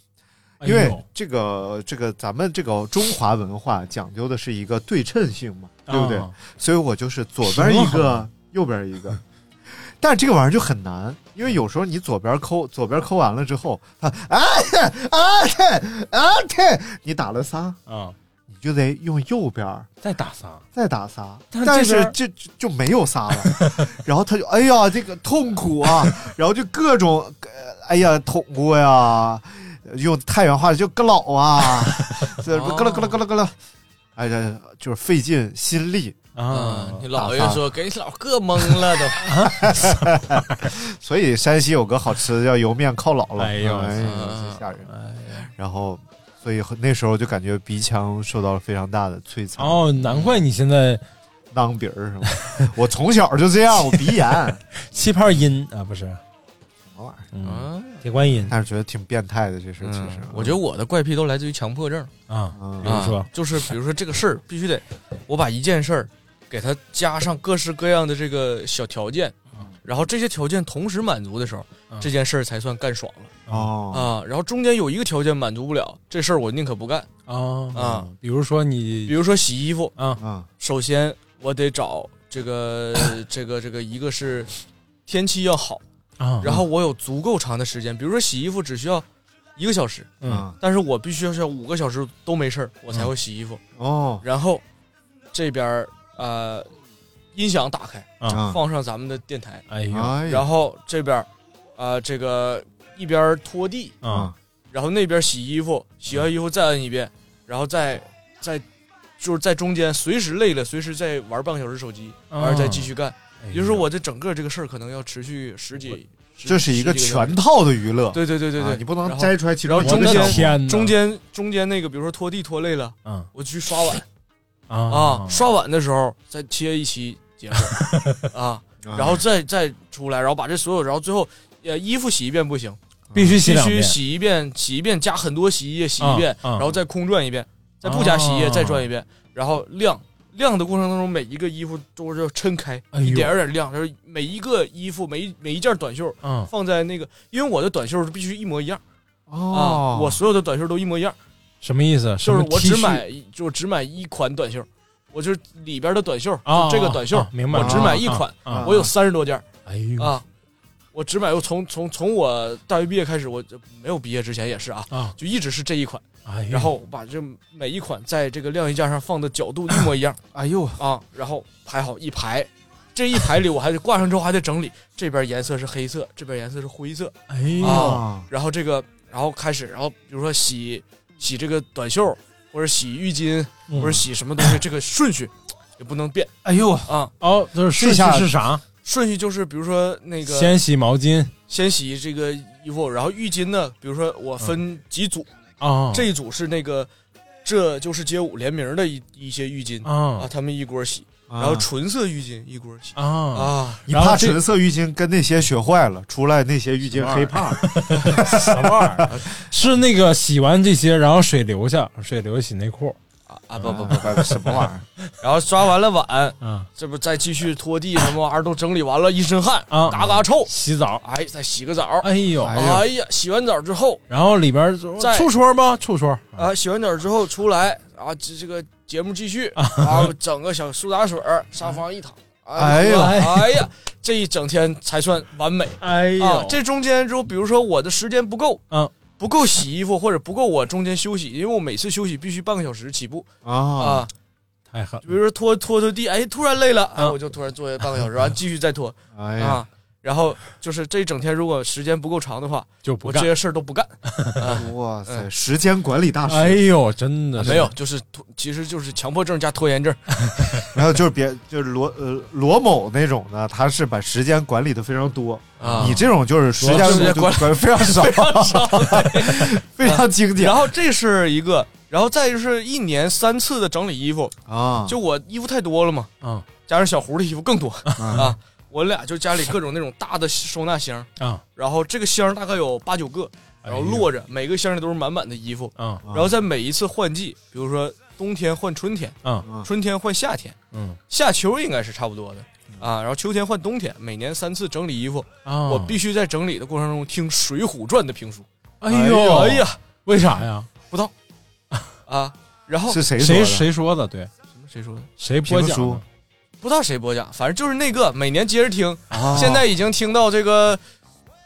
S6: 因
S7: 哎
S6: 为
S7: 呦
S6: 这个这个咱们这个中华文化讲究的是一个对称性嘛，对不对？
S7: 啊
S6: 所以我就是左边一
S7: 平
S6: 个
S7: 衡，
S6: 右边一个。 但是这个玩意儿就很难，因为有时候你左边抠，左边抠完了之后，啊啊啊啊！你打了仨，
S7: 啊，
S6: 你就得用右边
S7: 再打仨，
S6: 再打仨，
S7: 但
S6: 但
S7: 这
S6: 是
S7: 边
S6: 这就就没有仨 了。然后他就哎呀，这个痛苦啊，然后就各种，呃哎呀，捅过呀，用太原话就咯老 啊，这
S8: 哦
S6: 咯啦咯啦咯啦咯啦，哎呀，就是费尽心力。
S7: 啊
S8: 嗯，你姥
S6: 打
S8: 爷
S6: 发
S8: 说给你老硌懵了 都。
S6: 所以山西有个好吃的叫油面靠姥姥，
S7: 哎呦
S6: 真
S8: 我操
S6: 吓人。然后，所以那时候就感觉鼻腔受到了非常大的摧残。
S7: 哦，难怪你现在
S6: 囊鼻儿是吗？我从小就这样，我鼻 炎、
S7: 气泡音啊，不是
S6: 什么玩意
S7: 嗯
S8: 啊，
S7: 铁观音
S6: 但是觉得挺变态的这事，其实
S8: 嗯我觉得我的怪癖都来自于强迫症。
S7: 啊，
S6: 嗯
S7: 比如说
S8: 啊，就是比如说这个事儿必须得，我把一件事儿给它加上各式各样的这个小条件，然后这些条件同时满足的时候，
S7: 嗯
S8: 这件事儿才算干爽了
S6: 哦，
S8: 啊。然后中间有一个条件满足不了，这事儿我宁可不干。
S7: 哦
S8: 啊
S7: 比如说
S8: 比
S7: 你
S8: 如说洗衣服，
S7: 啊
S6: 嗯
S8: 首先我得找这个这个这个，一个是天气要好，
S7: 啊，
S8: 然后我有足够长的时间，比如说洗衣服只需要一个小时，
S7: 嗯
S6: 嗯
S8: 但是我必须要是要五个小时都没事儿，我才会洗衣服。
S6: 哦
S8: 然后这边儿呃音响打开，
S6: 啊，
S8: 嗯放上咱们的电台，
S7: 哎呦
S6: 哎呀
S8: 然后这边儿啊、呃这个一边儿拖地，
S7: 啊，
S8: 然后那边儿洗衣服，洗完衣服再摁一遍，然后再再就是在中间随时累了，随时再玩半个小时手机，
S7: 啊
S8: 完了再继续干。
S7: 哎呦
S8: 也就是说，我这整个这个事儿可能要持续十几，十
S6: 这是一个
S8: 十几个小时
S6: 全套的娱乐，
S8: 对对对对对，
S6: 啊你不
S8: 然
S6: 能
S8: 后
S6: 摘出来其中
S8: 然后中
S7: 我的
S8: 间
S7: 天哪
S8: 中间中间那个，比如说拖地拖累了，
S7: 嗯
S8: 我去刷碗。
S7: 啊
S8: 啊，刷碗的时候再切一期 节目啊，然后再再出来，然后把这所有，然后最后呃衣服洗一遍不行，
S7: 必须洗
S8: 必
S7: 两
S8: 须
S7: 遍，
S8: 洗一遍，洗一遍加很多洗衣液洗一遍，
S7: 啊啊
S8: 然后再空转一遍，再不加洗衣液
S7: 啊
S8: 再转一遍，然后晾晾的过程当中，每一个衣服都是要抻开，
S7: 哎呦
S8: 一点儿一点儿晾，就是每一个衣服每一每一件短袖
S7: 嗯
S8: 放在那个，因为我的短袖是必须一模一样啊
S6: 哦，，
S8: 我所有的短袖都一模一样。
S7: 什么意思？什
S8: 就
S7: 么
S8: 是我
S7: T
S8: 只
S7: 恤
S8: 买一，就只买一款短袖，我就是里边的短袖，
S7: 啊
S8: 就这个短袖
S7: 啊，明白
S8: 我
S7: 了？
S8: 只买一款，
S7: 啊，啊
S8: 我有三十多件儿
S7: 哎呦
S8: 啊，我只买，我从从从我大学毕业开始，我就没有毕业之前也是啊，
S7: 啊，
S8: 就一直是这一款，
S7: 哎呦
S8: 然后把这每一款在这个晾衣架上放的角度一模 一样
S6: 哎呦，
S8: 啊，然后排好一排。这一排里，我还得挂上之后还得整理，这边颜色是黑色，这边颜色是灰色，
S7: 哎呦
S8: 啊然后这个，然后开始，然后比如说洗洗这个短袖，或者洗浴巾，
S7: 嗯
S8: 或者洗什么东西，这个顺序也不能变
S6: 哎呦，
S8: 啊。
S7: 哦，就是顺
S6: 这下
S7: 序是啥？
S8: 顺序就是，比如说那个
S7: 先洗毛巾
S8: 先洗这个衣服，然后浴巾呢，比如说我分几组，
S7: 啊，
S8: 这一组是那个这就是街舞联名的一一些浴巾啊，
S7: 啊
S8: 他们一锅洗，
S6: 然
S8: 然后纯色浴巾一锅洗
S7: 啊
S8: 啊，
S6: 你
S7: 然后
S6: 怕
S7: 这
S6: 纯色浴巾跟那些学坏了，出来那些浴巾黑怕了，
S7: 什么玩意儿？是那个洗完这些，然后水流下，水流洗内裤
S8: 啊啊不不不，
S6: 不，什么玩意儿？
S8: 然后刷完了碗，
S7: 啊
S8: 这不再继续拖地什么玩意儿都整理完了，一身汗
S7: 啊
S8: 嘎嘎臭，
S7: 洗澡。
S8: 哎，再洗个澡，
S7: 哎呦，
S6: 哎
S8: 哎呀，洗完澡之后
S7: 然后里边
S8: 在
S7: 处戳吧，处戳啊
S8: 啊，洗完澡之后出来啊，这这个节目继续啊，整个小苏打水儿，沙发一躺，
S6: 哎呦
S8: 喝哎呀，这一整天才算完美
S7: 哎
S8: 啊
S7: 呦，！
S8: 这中间之后，比如说我的时间不够，
S7: 嗯，
S8: 不够洗衣服或者不够我中间休息，因为我每次休息必须半个小时起步
S6: 啊
S8: 啊，
S7: 太狠
S8: 比如说拖拖拖地，哎，突然累了，哎，
S7: 嗯
S8: 我就突然坐下半个小时，然后继续再拖
S6: 哎呀，
S8: 啊。然后就是这一整天，如果时间不够长的话，
S7: 就
S8: 我
S7: 不
S8: 这
S7: 干。
S8: 些事儿都不干。
S6: 哇
S8: 嗯
S6: 塞，时间管理大
S7: 哎
S6: 师。
S7: 呦，真的是
S8: 啊没有，就是拖其实就是强迫症加拖延症。
S6: 然后就是别就是罗呃罗某那种的，他是把时间管理的非常多。
S8: 啊
S6: 你这种就是时间
S8: 罗时间管理
S6: 理非常少， 非常经典
S8: 然后这是一个，然后再就是一年三次的整理衣服，
S6: 啊！
S8: 就我衣服太多了嘛，
S7: 啊
S8: 加上小胡的衣服更多
S6: 啊
S8: 啊，我俩就家里各种那种大的收纳箱，
S7: 啊
S8: 然后这个箱大概有八九个，然后
S7: 哎呦
S8: 摞着，每个箱里都是满满的衣服，
S7: 啊
S8: 然后在每一次换季，比如说冬天换春天，
S7: 啊
S6: 嗯
S8: 春天换夏天，
S7: 嗯
S8: 夏秋应该是差不多的。啊，然后秋天换冬天，每年三次整理衣服，
S7: 啊！
S8: 我必须在整理的过程中听《水浒传》的评书。
S7: 哎呦
S8: 哎呀
S7: 为啥呀？
S8: 啊，然后
S6: 是谁说
S7: 谁
S6: 的？
S7: 谁说的？对，
S8: 谁说的？
S7: 谁播
S6: 评
S7: 讲
S6: 书
S7: 的？
S8: 不知道谁播讲，反正就是那个，每年接着听。
S6: 啊
S8: 现在已经听到这个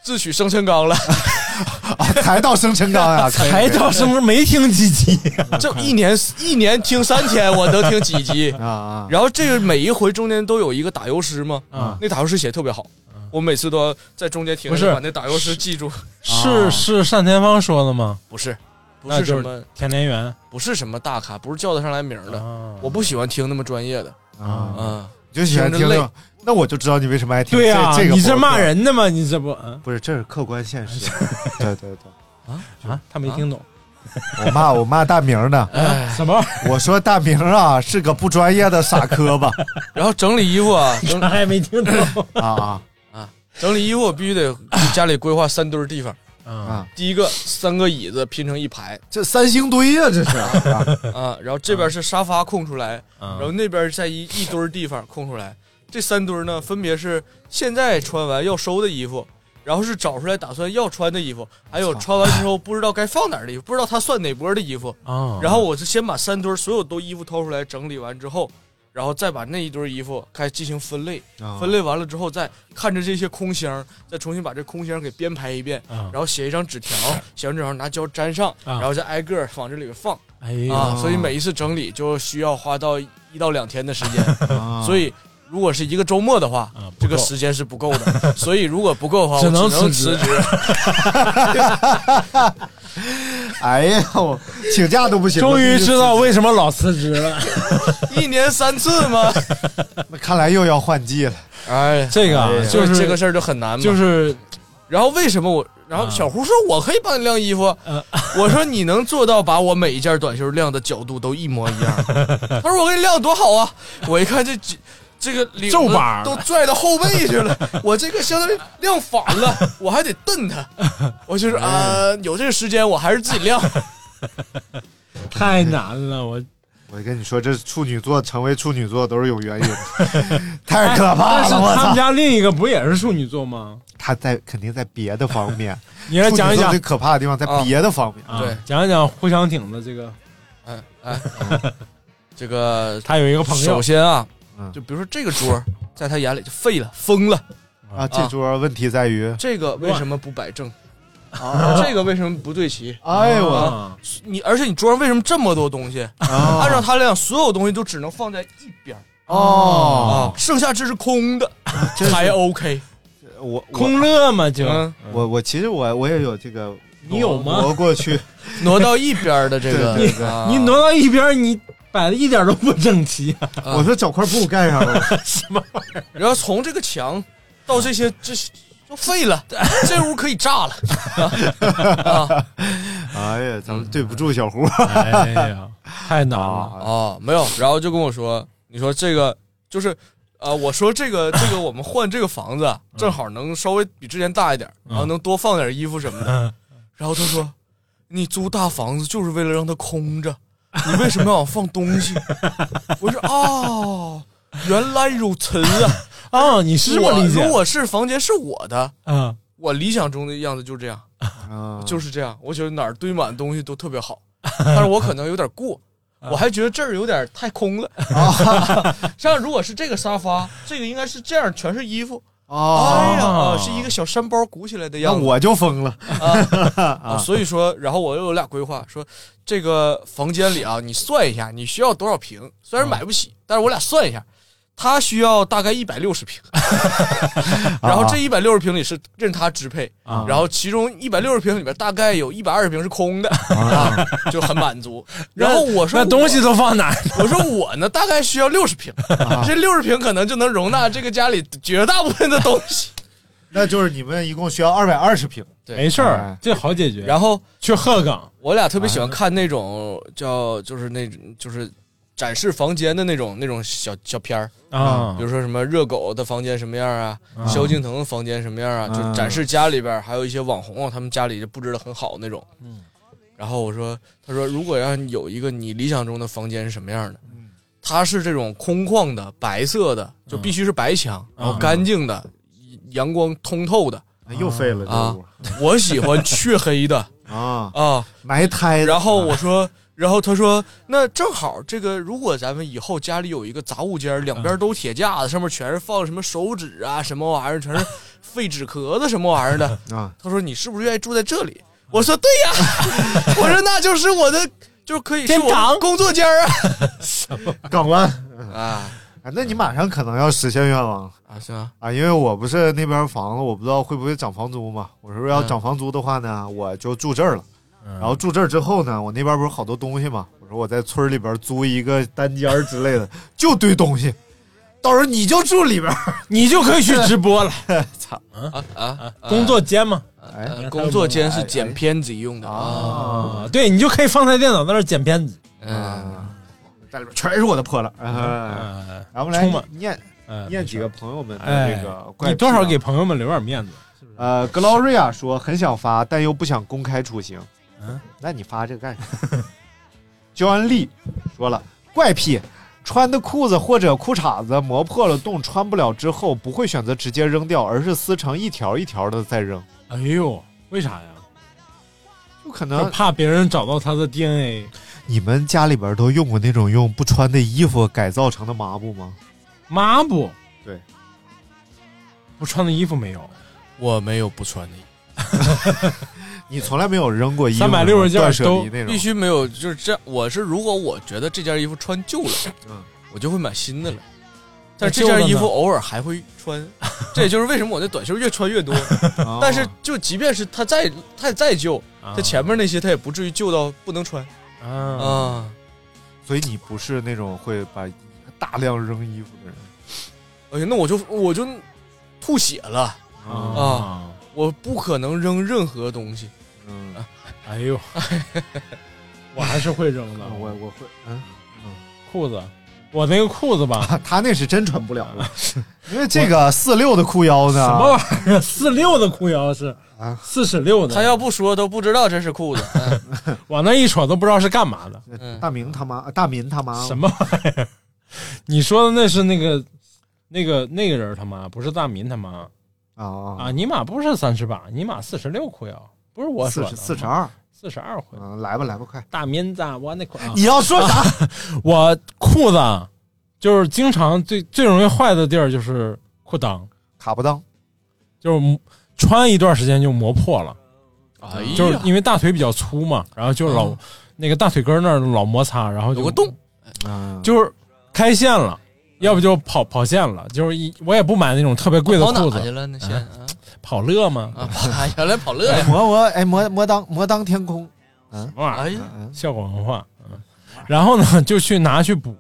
S8: 自取生辰纲了，
S6: 啊才到生辰纲啊 呀，？
S7: 才到生日没听几集
S8: 这一年一年听三天，我能听几集
S6: 啊啊！
S8: 然后这个每一回中间都有一个打油诗嘛，
S7: 啊？
S8: 那打油诗写得特别好，我每次都要在中间停，
S7: 不是
S8: 把那打油诗记住。
S7: 是是单田芳说的吗？
S8: 不是，不
S7: 那
S8: 是
S7: 就
S8: 什
S7: 是
S8: 么，
S7: 田连元
S8: 不是什么大咖，不是叫得上来名儿的。
S7: 啊
S8: 我不喜欢听那么专业的，
S6: 啊，
S8: 嗯，
S6: 你就喜欢听
S8: 听着
S6: 这
S8: 累
S6: 种，那我就知道你为什么爱听。
S7: 对呀、
S6: 这个
S7: 你这
S6: 播客
S7: 骂人的吗？你这不啊
S6: 不是，这是客观现实。对对对，
S7: 啊，他没听懂
S6: 我骂我骂大明 呢，
S7: 什么？
S6: 我说大明啊是个不专业的傻磕 巴
S8: 然后整理衣 服啊，整
S7: 还没听懂
S6: 啊
S8: 整理衣服我必须得给家里规划三堆儿地方。
S6: 啊！
S8: 第一个三个椅子拼成一排
S6: 这三星堆呀、这是啊
S8: 啊，然后这边是沙发空出来，
S7: 嗯
S8: 然后那边在一一堆儿地方空出来。这三堆儿呢，分别是现在穿完要收的衣服，然后是找出来打算要穿的衣服，还有
S6: 操
S8: 穿完之后不知道该放哪儿的衣服，不知道它算哪波的衣服。
S7: 啊
S8: 然后我是先把三堆儿所有都衣服掏出来整理完之后，然后再把那一堆儿衣服开始进行分类，
S6: 啊
S8: 分类完了之后再看着这些空箱，再重新把这空箱给编排一遍，
S7: 啊
S8: 然后写一张 纸条，写完纸条拿胶粘上，
S7: 啊
S8: 然后再挨个儿往这里边放
S7: 哎呀，
S8: 啊。所以每一次整理就需要花到一到两天的时 间，
S6: 啊
S8: 所以。如果是一个周末的话，
S7: 啊不
S8: 这
S7: 够
S8: 个时间是不够的， 所以如果不够的话，
S7: 只
S8: 我
S7: 能
S8: 只能
S7: 辞
S8: 辞
S7: 职
S8: 职。
S6: 哎呀，我请假都不行了。
S7: 终于知道为什么老辞职了。
S8: 一年三 次吗？
S6: 那看来又要换季了。
S8: 哎，
S7: 这个啊就
S8: 这
S7: 是
S8: 这个事儿就很难嘛。
S7: 就是
S8: 然后为什么我？然后小胡说我可以帮你晾衣服，
S7: 啊呃
S8: 我说你能做到把我每一件短袖晾的角度都一模一样。 他说我给你晾多好啊！我一看这几这个领
S7: 皱
S8: 子
S7: 巴儿
S8: 都拽到后背去 了，我这个相当于晾反了，我还得 蹬它。我就是啊、
S7: 哎
S8: 呃有这个时间我还是自己晾。
S7: 太难了，我
S6: 我跟你说，这处女座成为处女座都是有原因的， 太可怕
S7: 但是
S6: 了！我
S7: 他们
S6: 操，
S7: 家另一个不也是处女座吗？
S6: 他在肯定在别的方 面，
S7: 你来讲一
S6: 处女座
S7: 讲
S6: 最可怕的地方在
S8: 啊
S6: 别的方面。
S7: 啊
S8: 对，
S7: 讲一讲互相挺的这个。
S8: 哎哎，这个
S7: 他有一个朋友
S8: 首，先啊
S6: 嗯，
S8: 就比如说这个桌，在他眼里就废了，疯了。
S6: 啊，这桌问题在于，
S8: 这个为什么不摆正？
S6: 啊
S8: 这个为什么不对齐？
S6: 哎呦我，
S7: 啊
S8: 你而且你桌上为什么这么多东西？按
S6: 按
S8: 照他来讲，所有东西都只能放在一边儿
S6: 哦，
S8: 啊，剩下这是空的
S6: 真是
S8: 才 OK。
S6: 我我
S7: 空乐嘛就
S8: 嗯，
S6: 我我其实我我也有这个，
S7: 你有吗
S6: 挪过 去，
S8: 嗯挪到一边儿的这个
S6: 对对，对
S8: 啊
S7: 你挪到一边儿，你摆的一点都不整齐啊。
S8: 啊
S6: 我说找块布盖上 了，
S8: 然后从这个墙到这些这些都废了，这屋可以炸了。 啊
S6: 哎呀，咱们对不住小胡
S7: 哎呀，太难了。
S8: 啊啊，没有，然后就跟我说，你说这个就是。啊、我说 这个这个，我们换这个房子啊
S7: 嗯
S8: 正好能稍微比之前大一点，然后能多放点衣服什么的。
S7: 嗯
S8: 然后他说：“你租大房子就是为了让它 空着，你为什么要放东西？”我说：“哦，原来如此啊！
S7: 哦，你 是这么
S8: 我
S7: 理解
S8: 如？果是房间是我的，
S7: 嗯，
S8: 我理想中的样子就这样，
S6: 啊，
S8: 就是是这样。我觉得哪儿堆满东西都特别好，但是我可能有点过。”我还觉得这儿有点太空了， 像如果是这个沙发，这个应该是这样，全是衣服。哎
S6: 哦，
S8: 呀，啊是一个小山包鼓起来的
S6: 那
S8: 样子。
S6: 我就疯了
S8: 啊，所以说，然后我又有俩规划，说这个房间里啊，你算一下，你需要多少平？虽
S7: 啊
S8: 然买不起，但是我俩算一下，他需要大概一百六 十平，然后这一百六十平里是任他支配，
S7: 啊
S8: 然后其中一百六十平里边大概有一百二十平是空的，啊，就很 满足。然后我说
S7: 那东西
S8: 我
S7: 都放哪儿？
S8: 我说我呢，大概需要六十平，
S7: 啊
S8: 这六十平可能就能容纳这个家里绝大部分的东西。
S6: 那就是你们一共需要二百二十平，
S8: 对
S7: 没事儿
S6: 哎，
S7: 这好解决。
S8: 然后
S7: 去鹤岗，
S8: 我俩特别喜欢看那种叫就是那就是展示房间的那种那种小小片儿，
S6: 嗯
S7: 啊
S8: 比如说什么热狗的房间什么样啊，萧敬腾的房间什么样啊，
S6: 嗯
S8: 就展示家里边儿还有一些网红他们家里就布置的很好那种。嗯，然后我说，他说如果要有一个你理想中的房间是什么样的？它是这种空旷的、白色的，就必须是白墙，然后干净的，阳光通透的。
S6: 那又废了
S8: 啊
S6: 这屋
S8: 我喜欢黢黑的
S6: 啊，
S8: 啊，
S6: 埋汰的。
S8: 然后我说，然后他说，那正好这个，如果咱们以后家里有一个杂物间，两边都铁架子，上面全是放什么手指啊，什么玩意儿，全是废纸壳子，什么玩意儿 的。
S6: 啊，
S8: 他说你是不是愿意住在这里？我说对呀， 我说那就是我的，就是可以是我的工作间儿
S6: 港 湾，
S8: 啊啊
S6: 啊那你马上可能要实现愿望了
S8: 啊行啊
S6: 啊！因为我不是那边房子，我不知道会不会涨房租嘛。我说要
S8: 嗯
S6: 涨房租的话呢，我就住这儿了。
S7: 嗯
S6: 然后住这儿之后呢，我那边不是好多东西嘛？我说我在村里边租一个单间儿之类的，就堆东西，到时候你就住里边儿，
S7: 你就可以去直 播了。
S8: 操
S7: 嗯
S8: 啊啊！
S7: 工作间嘛，
S6: 哎
S8: 呃工作间是剪片子用的啊。
S7: 啊，对你就可以放台电脑在那儿剪片子。
S8: 嗯，
S6: 在里边全是我的破烂。啊
S7: 嗯，
S6: 咱们
S7: 充满
S6: 来念
S7: 嗯，
S6: 念几个朋友们的
S7: 哎
S6: 这个怪癖啊，
S7: 你多少给朋友们留点面子。
S6: 呃格劳瑞亚说很想发，但又不想公开出行。
S7: 嗯
S6: 嗯，那你发这个干啥？焦安利说了，怪癖，穿的裤子或者裤衩子磨破了洞穿不了之后，不会选择直接扔掉，而是撕成一条一条的再扔，
S7: 哎呦，为啥呀？
S6: 就可
S7: 就
S6: 能
S7: 怕别人找到他的 DNA。
S6: 你们家里边都用过那种用不穿的衣服改造成的抹布吗？
S7: 抹布，
S6: 对，
S7: 不穿的衣服没有，
S8: 我没有不穿的，
S6: 你从来没有扔过衣服吗，
S7: 360件
S6: 断舍
S7: 都
S6: 离那种
S8: 必，须没有，就是这样。我是如果我觉得这件衣服穿旧了，
S6: 嗯
S8: 我就会买新的了。但是
S7: 那旧
S8: 这
S7: 的呢
S8: 件衣服偶尔还会 穿，这也就是为什么我那短袖越穿越 多。
S6: 哦啊
S8: 但是就即便是它再它再旧，它
S7: 他
S8: 前面那些它也不至于旧到不能穿
S7: 啊，
S8: 啊啊。
S6: 所以你不是那种会把大量扔衣服的人。
S8: 哎呀，那我就我就吐血了，
S7: 啊，
S8: 我不可能扔任何东西。
S6: 嗯，
S7: 哎 呦，我还是会扔的
S6: 啊，我我会，嗯，
S7: 裤子，我那个裤子吧，
S6: 啊 他那是真穿不了 了，因为这个四六的裤腰啊呢，
S7: 什么玩意儿？四六的裤腰是
S6: 啊
S7: 四尺六的，
S8: 他要不说都不知道这是裤 子。嗯
S7: 往那一瞅都不知道是干嘛的，
S8: 嗯
S6: 大明他妈，啊大民他妈，
S7: 什么玩意儿？ 你说的那是那个那个那个人他妈，不是大民他妈啊！
S6: 啊
S7: 尼玛不是三十八，尼玛四十六裤腰，不是我
S6: 四
S7: 说的啊
S6: 十，四十二，
S7: 四十二裤腰。
S6: 嗯，来吧来吧，快，
S7: 大民子，我那裤，啊
S6: 你要说啥？
S7: 我裤子啊就是经常最最容易坏的地儿就是裤裆，
S6: 卡不当，
S7: 就是磨穿一段时间就磨破了，
S8: 哎呀，
S7: 就是因为大腿比较粗嘛，然后就老、
S8: 嗯
S7: 那个大腿根儿那儿老摩擦，然后就
S8: 有个洞，
S6: 嗯，
S7: 就是开线了。要不就跑跑线了，就是一我也不买那种特别贵的
S8: 跑
S7: 裤
S8: 哪去
S7: 子，
S8: 了？那先啊
S7: 跑乐吗？
S8: 啊，跑哪原来跑乐
S6: 哎
S8: 呀！
S6: 磨磨，哎磨磨当磨当天空，
S7: 什么玩意儿
S8: 哎呀，
S6: 嗯，
S7: 效果文化，嗯，然后呢就去拿去补，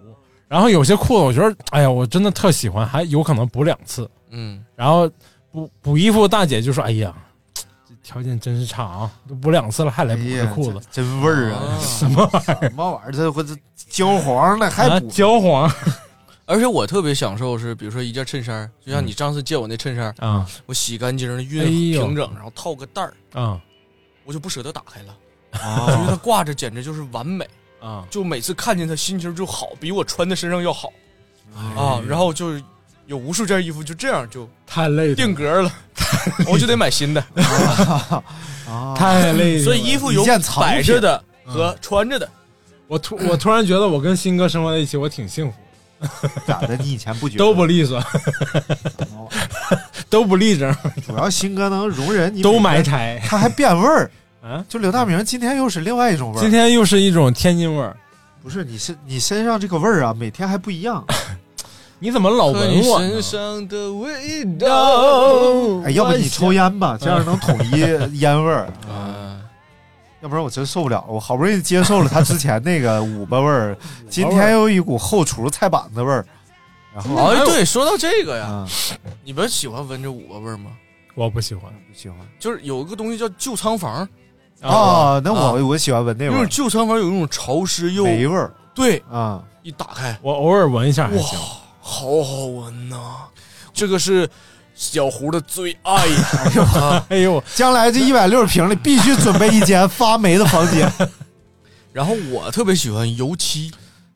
S7: 然后有些裤子我觉得，哎呀，我真的特喜欢，还有可能补两次，
S8: 嗯，
S7: 然后补补衣服大姐就说，哎呀，这条件真是差啊，都补两次了还来补这哎裤子，
S6: 哎这真味
S8: 嗯
S6: 儿啊，
S8: 哦
S7: 什么玩意儿？
S6: 什么玩意儿？这我这焦黄呢，还
S7: 啊
S6: 补，
S7: 焦黄
S8: 而且我特别享受是，比如说一件衬衫，就像你上次借我那衬衫，
S7: 啊
S8: 我洗干净了熨
S7: 哎呦
S8: 平整，然后套个袋儿，
S7: 啊
S8: 我就不舍得打开了，我觉得
S6: 哦
S8: 它挂着简直就是完美，
S7: 啊！
S8: 就每次看见它心情就好，比我穿在身上要好
S6: 哎
S8: 啊。然后就有无数件衣服就这样就
S7: 太累了，
S8: 定 格了，我就得买新的。
S6: 啊，
S7: 太累了。
S8: 所以衣服有
S6: 一件藏嗯品
S8: 摆着的和穿着的，
S7: 我突我突然觉得我跟新哥生活在一起，我挺幸福，
S6: 咋的？你以前不觉得
S7: 都不利索， 都不立正，
S6: 主要新哥能容忍你，
S7: 都埋，汰
S6: 他还变味儿。
S7: 啊！
S6: 就刘大明今天又是另外一种味儿，
S7: 今天又是一种天津味儿，
S6: 不是你身你身上这个味儿啊，每天还不一样。
S7: 你怎么老
S8: 和
S7: 闻
S8: 你
S7: 我呢？
S8: 身上的味道。
S6: 哎，要不你抽烟吧，这样能统一烟味儿。
S8: 啊，
S6: 要不然我真受不了，我好不容易接受了他之前那个五八味儿，今天又一股后厨菜板子味儿。然后
S8: 哎，对，说到这个呀，
S6: 啊，
S8: 你们喜欢闻这五个味儿吗？
S7: 我不喜欢
S6: 不喜欢
S8: 就是有一个东西叫旧仓房，
S6: 哦，那我
S8: 啊
S6: 我喜欢闻那
S8: 那
S6: 味
S8: 种
S6: 儿，
S8: 旧仓房有一种潮湿又
S6: 霉味儿
S8: 对，
S6: 啊。
S8: 一打开，
S7: 我偶尔闻一下还行。
S8: 好好闻呐、这个是小胡的最爱呀、 啊
S7: 哎呦，
S6: 将来这一百六十平里必须准备一间发霉的房间
S8: 然后我特别喜欢油漆，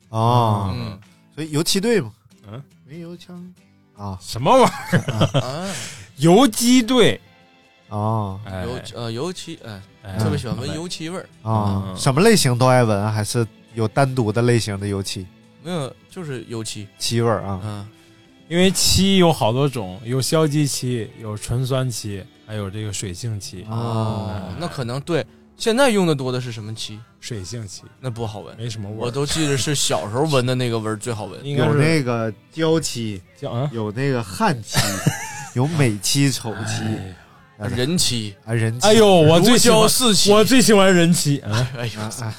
S6: 哦，
S8: 嗯
S6: 所以油漆队嘛，
S7: 嗯，
S6: 没油枪啊
S7: 什么玩意儿？
S8: 啊，
S7: 游击队，
S6: 哦
S7: 哎
S8: 油呃油漆，哎，
S7: 哎
S8: 特别喜欢闻油漆味儿。
S6: 啊
S7: 嗯，
S6: 什么类型都爱闻，还是有单独的类型的油漆
S8: 没有，就是油漆，
S6: 漆味儿啊？
S8: 嗯，
S7: 因为漆有好多种，有硝基漆，有纯酸漆，还有这个水性漆。
S6: 哦，
S8: 那可能对。现在用的多的是什么漆？
S7: 水性漆
S8: 那不
S6: 呃
S8: 好闻，
S7: 没什么味
S8: 我
S7: 儿，
S8: 都记得是小时候闻的那个味儿最好闻。
S7: 应该
S6: 有
S7: 是
S6: 那个胶漆，
S7: 叫啊
S6: 有那个焊 漆，有美漆、丑漆
S8: 人漆，
S6: 啊，人漆。
S7: 哎呦，，我
S8: 如
S7: 最喜欢
S8: 胶似漆，
S7: 我最喜欢人漆 啊！
S8: 哎 呦，
S6: 啊啊，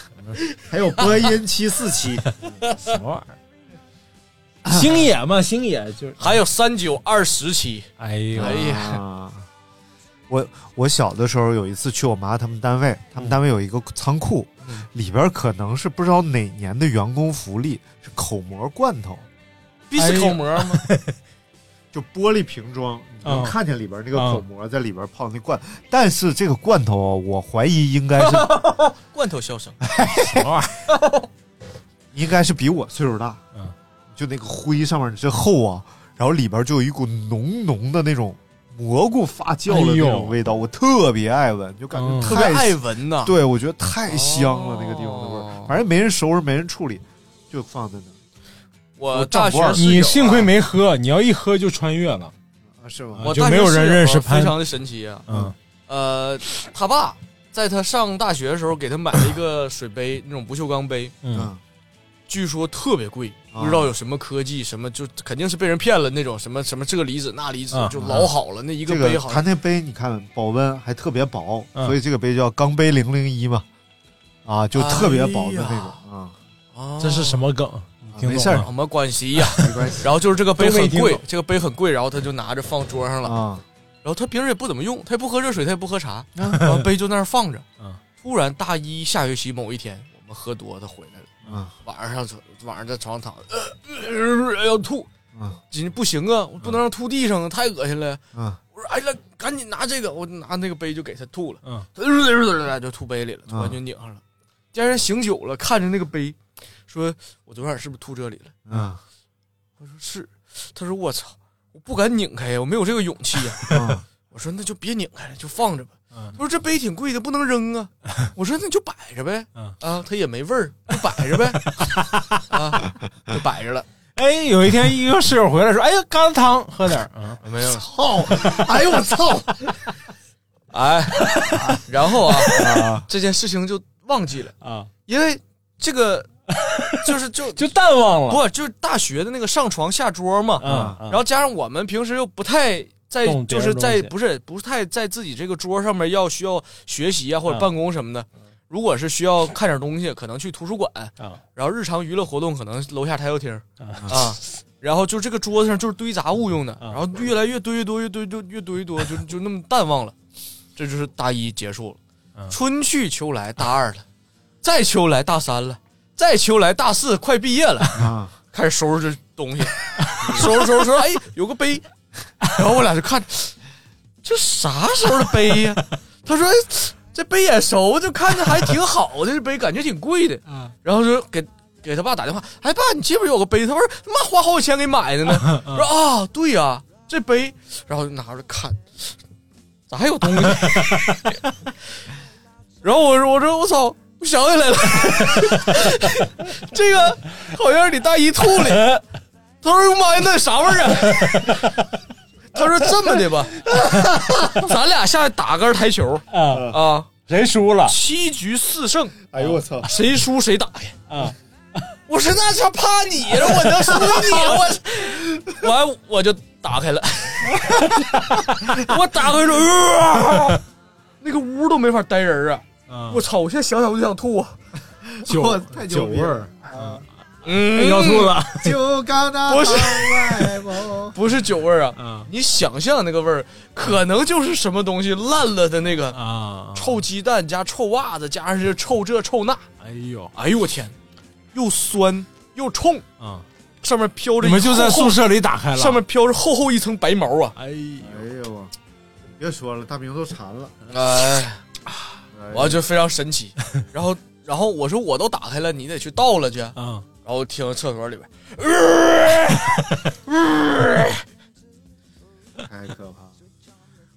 S6: 还有波音七四七，
S7: 什么玩意儿？星野嘛，星野就是
S8: 还有三九二十期，
S7: 哎呦
S8: 哎呀，
S6: 啊！我我小的时候有一次去我妈他们单位，他们单位有一个仓库，
S7: 嗯
S6: 里边可能是不知道哪年的员工福利是口蘑罐头，
S8: 必须口蘑吗？
S6: 就玻璃瓶装，你能
S7: 嗯
S6: 看见里边那个
S7: 嗯
S6: 口蘑在里边泡那罐。但是这个罐头啊，我怀疑应该是
S8: 罐头笑声，
S7: 什么玩意儿？
S6: 应该是比我岁数大，
S7: 嗯，
S6: 就那个灰上面这厚啊，然后里边就有一股浓浓的那种蘑菇发酵的那
S7: 哎呦
S6: 种味道，我特别爱闻，就感
S7: 嗯
S6: 觉
S8: 特
S6: 太
S8: 别爱闻呐。
S6: 对，我觉得太香了，那个地方的味
S8: 哦
S6: 儿，反正没人收拾，没人处理，就放在那
S8: 我
S6: 我
S8: 大
S6: 丈
S8: 学
S6: 不二
S8: 室友啊
S7: 你幸亏，没喝，你要一喝就穿越了。
S6: 儿，啊，是吗？
S8: 我
S7: 就
S8: 大学
S7: 没有人
S8: 室友啊
S7: 认识潘
S8: 非常的神奇啊。
S7: 嗯，
S8: 呃，他爸在他上大学的时候给他买了一个水杯，那种不锈钢杯，
S7: 嗯，
S8: 据说特别贵，
S6: 啊
S8: 不知道有什么科技，什么就肯定是被人骗了那种，什么什么这个离子那离子
S7: 啊，
S8: 就老好了，那一
S6: 这
S8: 杯
S6: 个
S8: 好
S6: 他
S8: 像
S6: 那杯你看保温还特别薄，
S7: 嗯
S6: 所以这个杯叫钢杯零零一嘛，啊，就特别薄的那
S8: 哎呀
S6: 种啊，
S8: 啊
S7: 这是什么梗？你听懂
S6: 没事儿
S7: 了
S8: 什么关系呀？
S6: 没关系
S8: 然后就是这个杯
S7: 都
S8: 很
S7: 没听
S8: 贵
S7: 懂，
S8: 这个杯很贵，然后他就拿着放桌上了。
S6: 啊，
S8: 然后他平时也不怎么用，他也不喝热水，他也不喝茶，然后杯就那儿放着
S7: 嗯。
S8: 突然大一下学期某一天，我们喝多，他回来了。
S6: 嗯
S8: 晚上晚上在床上躺着，呃呃要吐，
S6: 嗯
S8: 今不行啊，我不能让吐地上，太恶心了。
S6: 嗯
S8: 我说哎了，赶紧拿这个，我拿那个杯就给他吐了，
S7: 嗯
S8: 他呃就吐杯里了，
S6: 嗯
S8: 突然就拧上了。第二天醒酒了，看着那个杯，说我昨晚是不是吐这里了？
S6: 嗯
S8: 我说是，他说我操，我不敢拧开呀，我没有这个勇气呀、
S6: 嗯
S8: 我说那就别拧开了，就放着吧。
S7: 嗯
S8: 他说这杯挺贵的，不能扔啊。我说那就摆着呗。
S7: 嗯
S8: 啊，它也没味儿，就摆着呗。啊，就摆着了。
S7: 哎，有一天一个室友回来说：“哎呀，疙瘩汤，喝点儿。嗯
S8: 没有。
S6: 操！哎呦我操！
S8: 哎，然后啊，这件事情就忘记了，”
S7: 啊，
S8: 因为这个就是就
S7: 就淡忘了。啊
S8: 不就是大学的那个上床下桌嘛。
S7: 嗯，嗯
S8: 然后加上我们平时又不太在，
S7: 动别
S8: 就
S7: 人
S8: 是
S7: 东
S8: 在
S7: 西
S8: 不是不太在自己这个桌上面要需要学习啊
S7: 嗯
S8: 或者办公什么的。如果是需要看点东西，可能去图书馆，
S7: 啊
S8: 然后日常娱乐活动可能楼下台球厅
S7: 嗯
S8: 啊，然后就这个桌子上就是堆杂物用的，
S7: 嗯
S8: 然后越来越堆越多越堆就越堆越多，就就那么淡忘了。这就是大一结束
S7: 嗯
S8: 了，春去秋来大二了，再秋来大三了，再秋来大四快毕业了。
S6: 啊，
S8: 开始收拾这东西，收拾收拾收拾，哎，有个杯，然后我俩就看，这啥时候的杯呀、他说哎这杯眼熟，就看着还挺好的，这杯感觉挺贵的，然后就给给他爸打电话，哎爸，你记不记得有个杯？他说他妈花好几千给买的呢，我说啊，对呀、这杯，然后就拿出来看，咋还有东西？ 然后我说我说我操，我想起来了。 这个好像是你大姨吐里。他说：“哟妈呀，那啥味儿啊？” 他说：“这么 的吧，咱俩下去打个台球
S7: 啊，
S6: 呃
S8: 啊，
S7: 谁输 了？
S8: 七局四胜，
S6: 哎呦我 操！
S8: 谁输谁打呀。”
S7: 啊，
S8: 我说：“那他怕你了，我能输你？ 我完我就打开了，我打开了，呃那个屋都没法待人啊！
S7: 啊
S8: 我操！我现在想想我就想吐啊！
S7: 酒
S6: 太
S7: 酒
S6: 牛逼
S7: 味
S6: 了
S7: 儿，哎
S8: 嗯
S7: 要吐了。
S6: 就刚那
S8: 不是
S6: 外蒙
S8: 不是酒味儿啊，
S7: 嗯
S8: 你想象那个味儿，可能就是什么东西烂了的那个、
S7: 啊，
S8: 臭鸡蛋加臭袜子加上这臭这臭那，
S7: 哎呦
S8: 哎呦我天，又酸又冲，
S7: 啊！
S8: 上面飘着
S7: 你们就在宿
S8: 舍，
S7: 舍里打开了，
S8: 上面飘着厚厚一层白毛啊！
S7: 哎呦
S6: 哎呦我，别说了，大明都馋了。
S8: 哎，
S6: 哎
S8: 我就非常神奇。然后，然后我说我都打开了，你得去倒了去。然
S7: 啊，
S6: 哎
S8: 后听厕所里边，
S6: 太可怕了！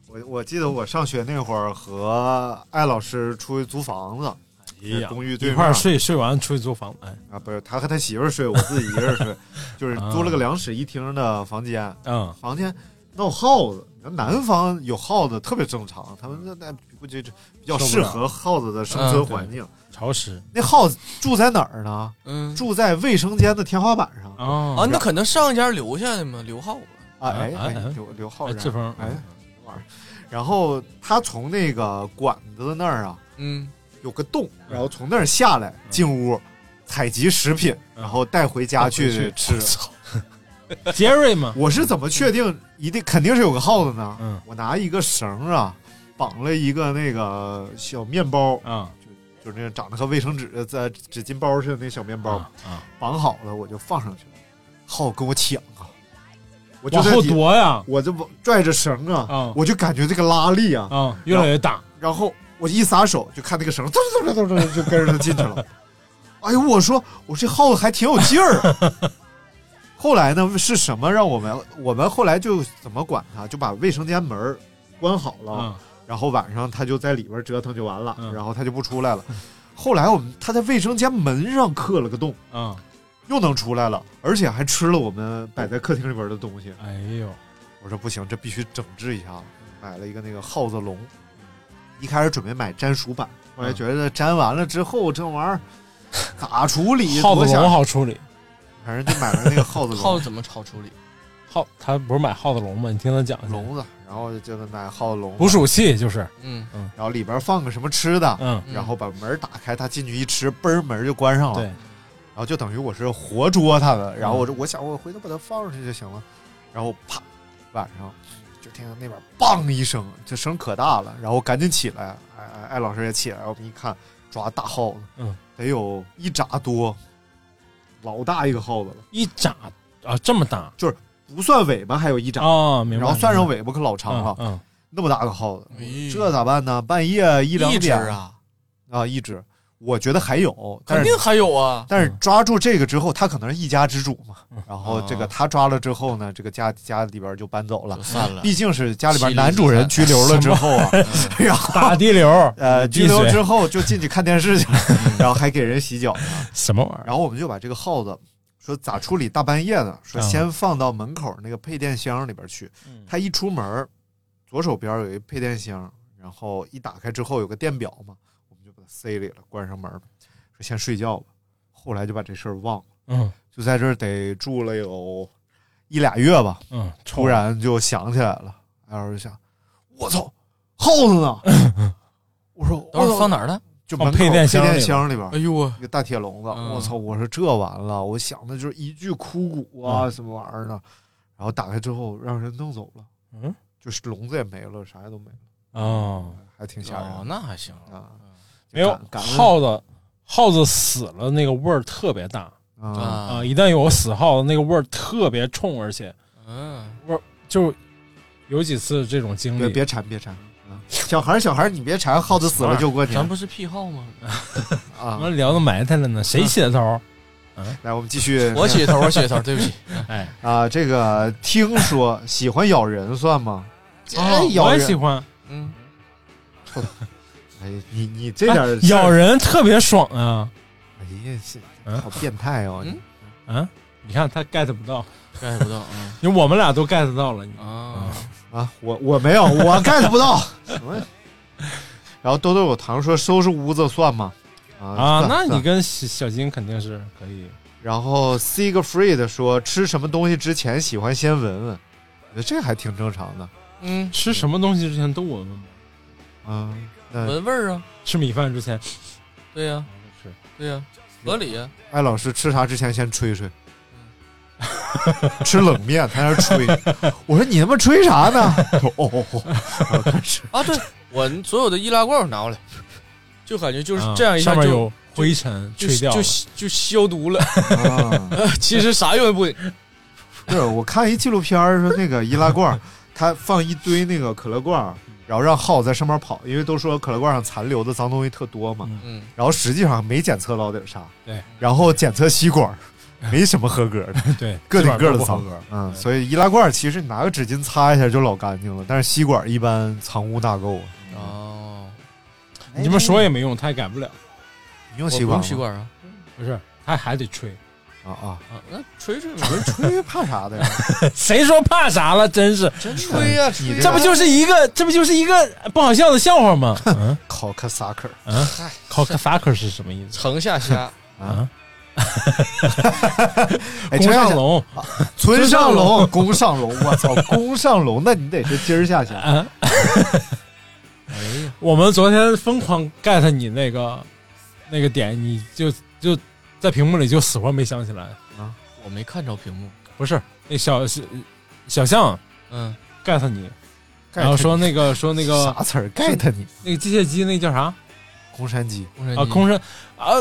S6: 我我记得我上学那会儿和艾老师出去租房子
S7: 哎
S6: 是
S7: 呀
S6: 公寓对
S7: 一
S6: 面
S7: 块儿睡，睡完出去租房，哎，
S6: 啊，不是他和他媳妇儿睡，我自己一个人 睡，就是租了个两室一厅的房间，
S7: 嗯
S6: 房间闹耗子。南方有耗子特别正常，他们那那不就就比较适合耗子的生存环境。
S7: 潮湿
S6: 那耗子住在哪儿呢？
S8: 嗯
S6: 住在卫生间的天花板上
S7: 啊
S8: 啊，那可能上一家留下的嘛，刘浩
S6: 啊！哎
S7: 哎
S6: 哎
S7: 哎，
S6: 刘刘浩
S7: 哎
S6: 然，
S7: 志峰
S6: 哎，这玩意儿。然后他从那个管子那儿啊，
S8: 嗯，
S6: 有个洞，然后从那儿下来进屋，采集食品，然后带回家去吃。
S8: 操，
S7: 杰瑞嘛，
S6: 我是怎么确定一定肯定是有个耗子呢？我拿一个绳啊，绑了一个那个小面包
S7: 啊，
S6: 就就是那个长得和卫生纸呃在纸巾包似的那小面
S7: 啊
S6: 包，绑好了我就放上去了，耗子跟我抢啊，我就
S7: 往
S6: 在
S7: 后
S6: 底
S7: 躲呀，
S6: 我这不拽着绳啊
S7: 啊，
S6: 我就感觉这个拉力啊，
S7: 啊，越来越大，
S6: 然后我一撒手，就看那个绳，噔噔噔噔噔就跟着他进去了。哎呦，我说我这耗子还挺有劲儿 啊。后来呢，是什么让我们我们后来就怎么管他，就把卫生间门儿关好了，
S7: 嗯
S6: 然后晚上他就在里边折腾就完了，
S7: 嗯
S6: 然后他就不出来了。 后来我们他在卫生间门上刻了个洞，
S7: 啊，
S6: 又能出来了，而且还吃了我们摆在客厅里边的东西。
S7: 哎呦，
S6: 我说不行，这必须整治一下。啊买了一个那个耗子笼，一开始准备买粘鼠板，后
S7: 嗯
S6: 来觉得粘完了之后这玩意儿咋处理？
S7: 耗子
S6: 多吓
S7: 笼
S6: 人，
S7: 好处理，
S6: 反正就买了那个 耗子
S8: 耗
S6: 笼
S8: 子怎么好处理？
S7: 耗他不是买耗子笼吗？你听他讲去，
S6: 笼子，然后就买耗子笼，
S7: 捕鼠器就是，
S8: 嗯，
S6: 然后里边放个什么吃的，
S7: 嗯，
S8: 嗯
S6: 然后把门打开，它进去一吃，嘣儿门就关上了。
S7: 对，
S6: 然后就等于我是活捉它的，然后
S7: 嗯
S6: 我就我想我回头把它放上去就行了，然后啪，晚上就听到那边梆一声，这声可大了，然后赶紧起来，哎哎艾老师也起来，我们一看抓大耗子，
S7: 嗯，
S6: 得有一拃多，老大一个耗子了，
S7: 一扎啊这么大
S6: 不算尾巴还有一拃，
S7: 啊，明白，
S6: 然后算上
S7: 明白
S6: 尾巴可老长了，
S7: 嗯，
S6: 那么大个耗子，
S8: 哎
S6: 这咋办呢？半夜一两
S8: 一只
S6: 点
S8: 啊，
S6: 啊，一只，我觉得还有，但
S8: 肯
S6: 是
S8: 定还有啊。
S6: 但是抓住这个之后，他可能是一家之主嘛
S7: 嗯。
S6: 然后这个他抓了之后呢，这个家家里边就搬走了
S8: 啊就。散了，
S6: 毕竟是家里边男主人拘留了之后啊， 然后
S7: 嗯打地流，
S6: 呃
S7: 闭
S6: 拘留
S7: 嘴
S6: 之后就进去看电视去了，
S8: 嗯
S6: 然后还给人洗脚呢。
S7: 什么玩意儿？
S6: 然后我们就把这个耗子说咋处理，大半夜的，说
S7: 嗯
S6: 先放到门口那个配电箱里边去。
S8: 嗯
S6: 他一出门儿，左手边有一配电箱，然后一打开之后有个电表嘛，我们就把它塞里了，关上门儿，说先睡觉吧。后来就把这事儿忘了。
S7: 嗯
S6: 就在这儿得住了有一俩月吧，
S7: 嗯，
S6: 突然就想起来了，然后就想，我操，耗子呢？我说，
S8: 等会
S6: 我
S8: 儿
S6: 操
S8: 放哪儿了？
S6: 就门口
S7: 哦配电箱里
S6: 配电箱里边
S8: 哎呦我，
S6: 一个大铁笼子，
S8: 嗯
S6: 我操！我说这完了，我想的就是一具枯骨啊，什么玩意儿呢？然后打开之后让人弄走了，
S7: 嗯，
S6: 就是笼子也没了，啥也都没了，
S7: 啊，
S6: 还挺吓
S8: 哦，
S6: 人
S8: 那还行。
S6: 的啊。
S7: 没有
S6: 感感恩
S7: 耗子，耗子死了那个味儿特别大
S6: 啊，
S8: 啊
S7: 啊！，一旦有死耗子，那个味儿特别冲，而且
S8: 嗯，
S7: 就有几次这种经
S6: 别
S7: 历，
S6: 别馋，别馋啊！小孩儿小孩儿，你别馋，耗子死了就过
S8: 咱
S6: 年
S8: 不是癖好吗？
S7: 我
S6: 啊！
S7: 们聊的埋汰了呢，
S6: 嗯
S7: 谁起的头？
S6: 来，我们继续。
S8: 我起头，我起头， 对不起。
S7: 哎，
S6: 啊，这个听 说喜欢咬人算吗？哎咬
S7: 啊我也
S6: 人
S7: 喜欢
S8: 嗯，
S6: 哎，你你这点
S7: 哎
S6: 儿
S7: 咬，人，特别爽啊！
S6: 哎呀，是
S7: 嗯
S6: 好变态哦！
S8: 嗯
S7: 啊，你看他 get 不到，
S8: get 不 到，嗯
S7: 因为我们俩都 get 到了，你
S8: 啊，
S6: 啊，我我没有， 我 get 不到什么。然后豆豆有糖说收拾屋子算吗？啊
S7: 啊，
S6: 算
S7: 那你
S6: 算
S7: 跟小小金肯定是可以。
S6: 然后 Sigfried 说吃什么东西之前喜欢先闻闻，我觉得这还挺正常的。
S8: 嗯，
S7: 吃什么东西之前都闻闻吗？
S6: 嗯，那
S8: 闻味儿啊，
S7: 吃米饭之前
S8: 对呀，
S7: 是
S8: 对呀，合理呀。
S6: 艾老师吃啥之前先吹吹，吃冷面他在那吹，我说你他妈吹啥呢？他说哦哦哦，然后开始
S8: 啊，对我所有的易拉罐我拿过来，就感觉就是
S7: 啊
S8: 这样一下
S7: 上面
S8: 就
S7: 有灰尘
S8: 就
S7: 吹掉
S8: 就
S7: 了，
S8: 就消毒了。
S6: 啊，
S8: 其实啥用也不得。
S6: 对，我看一纪录片儿说那个易拉罐儿，它放一堆那个可乐罐儿，然后让耗子在上面跑，因为都说可乐罐上残留的脏东西特多嘛，
S7: 嗯
S8: 嗯，
S6: 然后实际上没检测到底儿啥，
S7: 对，
S6: 然后检测吸管儿，没什么合格的，
S7: 对，
S6: 个顶个
S7: 自
S6: 的
S7: 不好
S6: 脏，嗯，所以易拉罐儿其实你拿个纸巾擦一下就老干净了，但是吸管儿一般藏污纳垢啊，
S8: 哦，
S7: 你们说也没用，他也改不了。
S6: 你用
S8: 我不
S6: 吸管
S8: 用
S6: 吗
S8: 吸管啊，
S7: 不是，他还得吹。
S6: 啊啊，
S8: 啊，那吹吹嘛，
S6: 吹怕啥的呀？
S7: 谁说怕啥了？真是，
S8: 真吹呀，吹
S6: 你
S8: 呀
S7: 这不就是一个，这不就是一个不好笑的笑 话吗？嗯
S6: 考克萨克
S7: 嗯
S8: 嗨
S7: ，cock sucker 是什么意思
S8: 城下虾，
S7: 啊？
S6: 哎，
S7: 宫
S6: 陈
S7: 上龙
S6: 村上龙，宫上龙，我操，宫上龙，那你得是今儿下去。
S7: 啊！
S6: 哎
S7: 我们昨天疯狂 get 你那个那个点，你就就在屏幕里就死活没想起来。
S8: 我没看着屏幕，
S7: 不是，那小小小象，
S8: 嗯
S7: ，get 你，
S6: 盖特你
S7: 然后说那个说那个
S6: 啥词儿 get 你？
S7: 那个机械机那叫啥
S6: 空山 鸡，
S7: 啊？空山啊。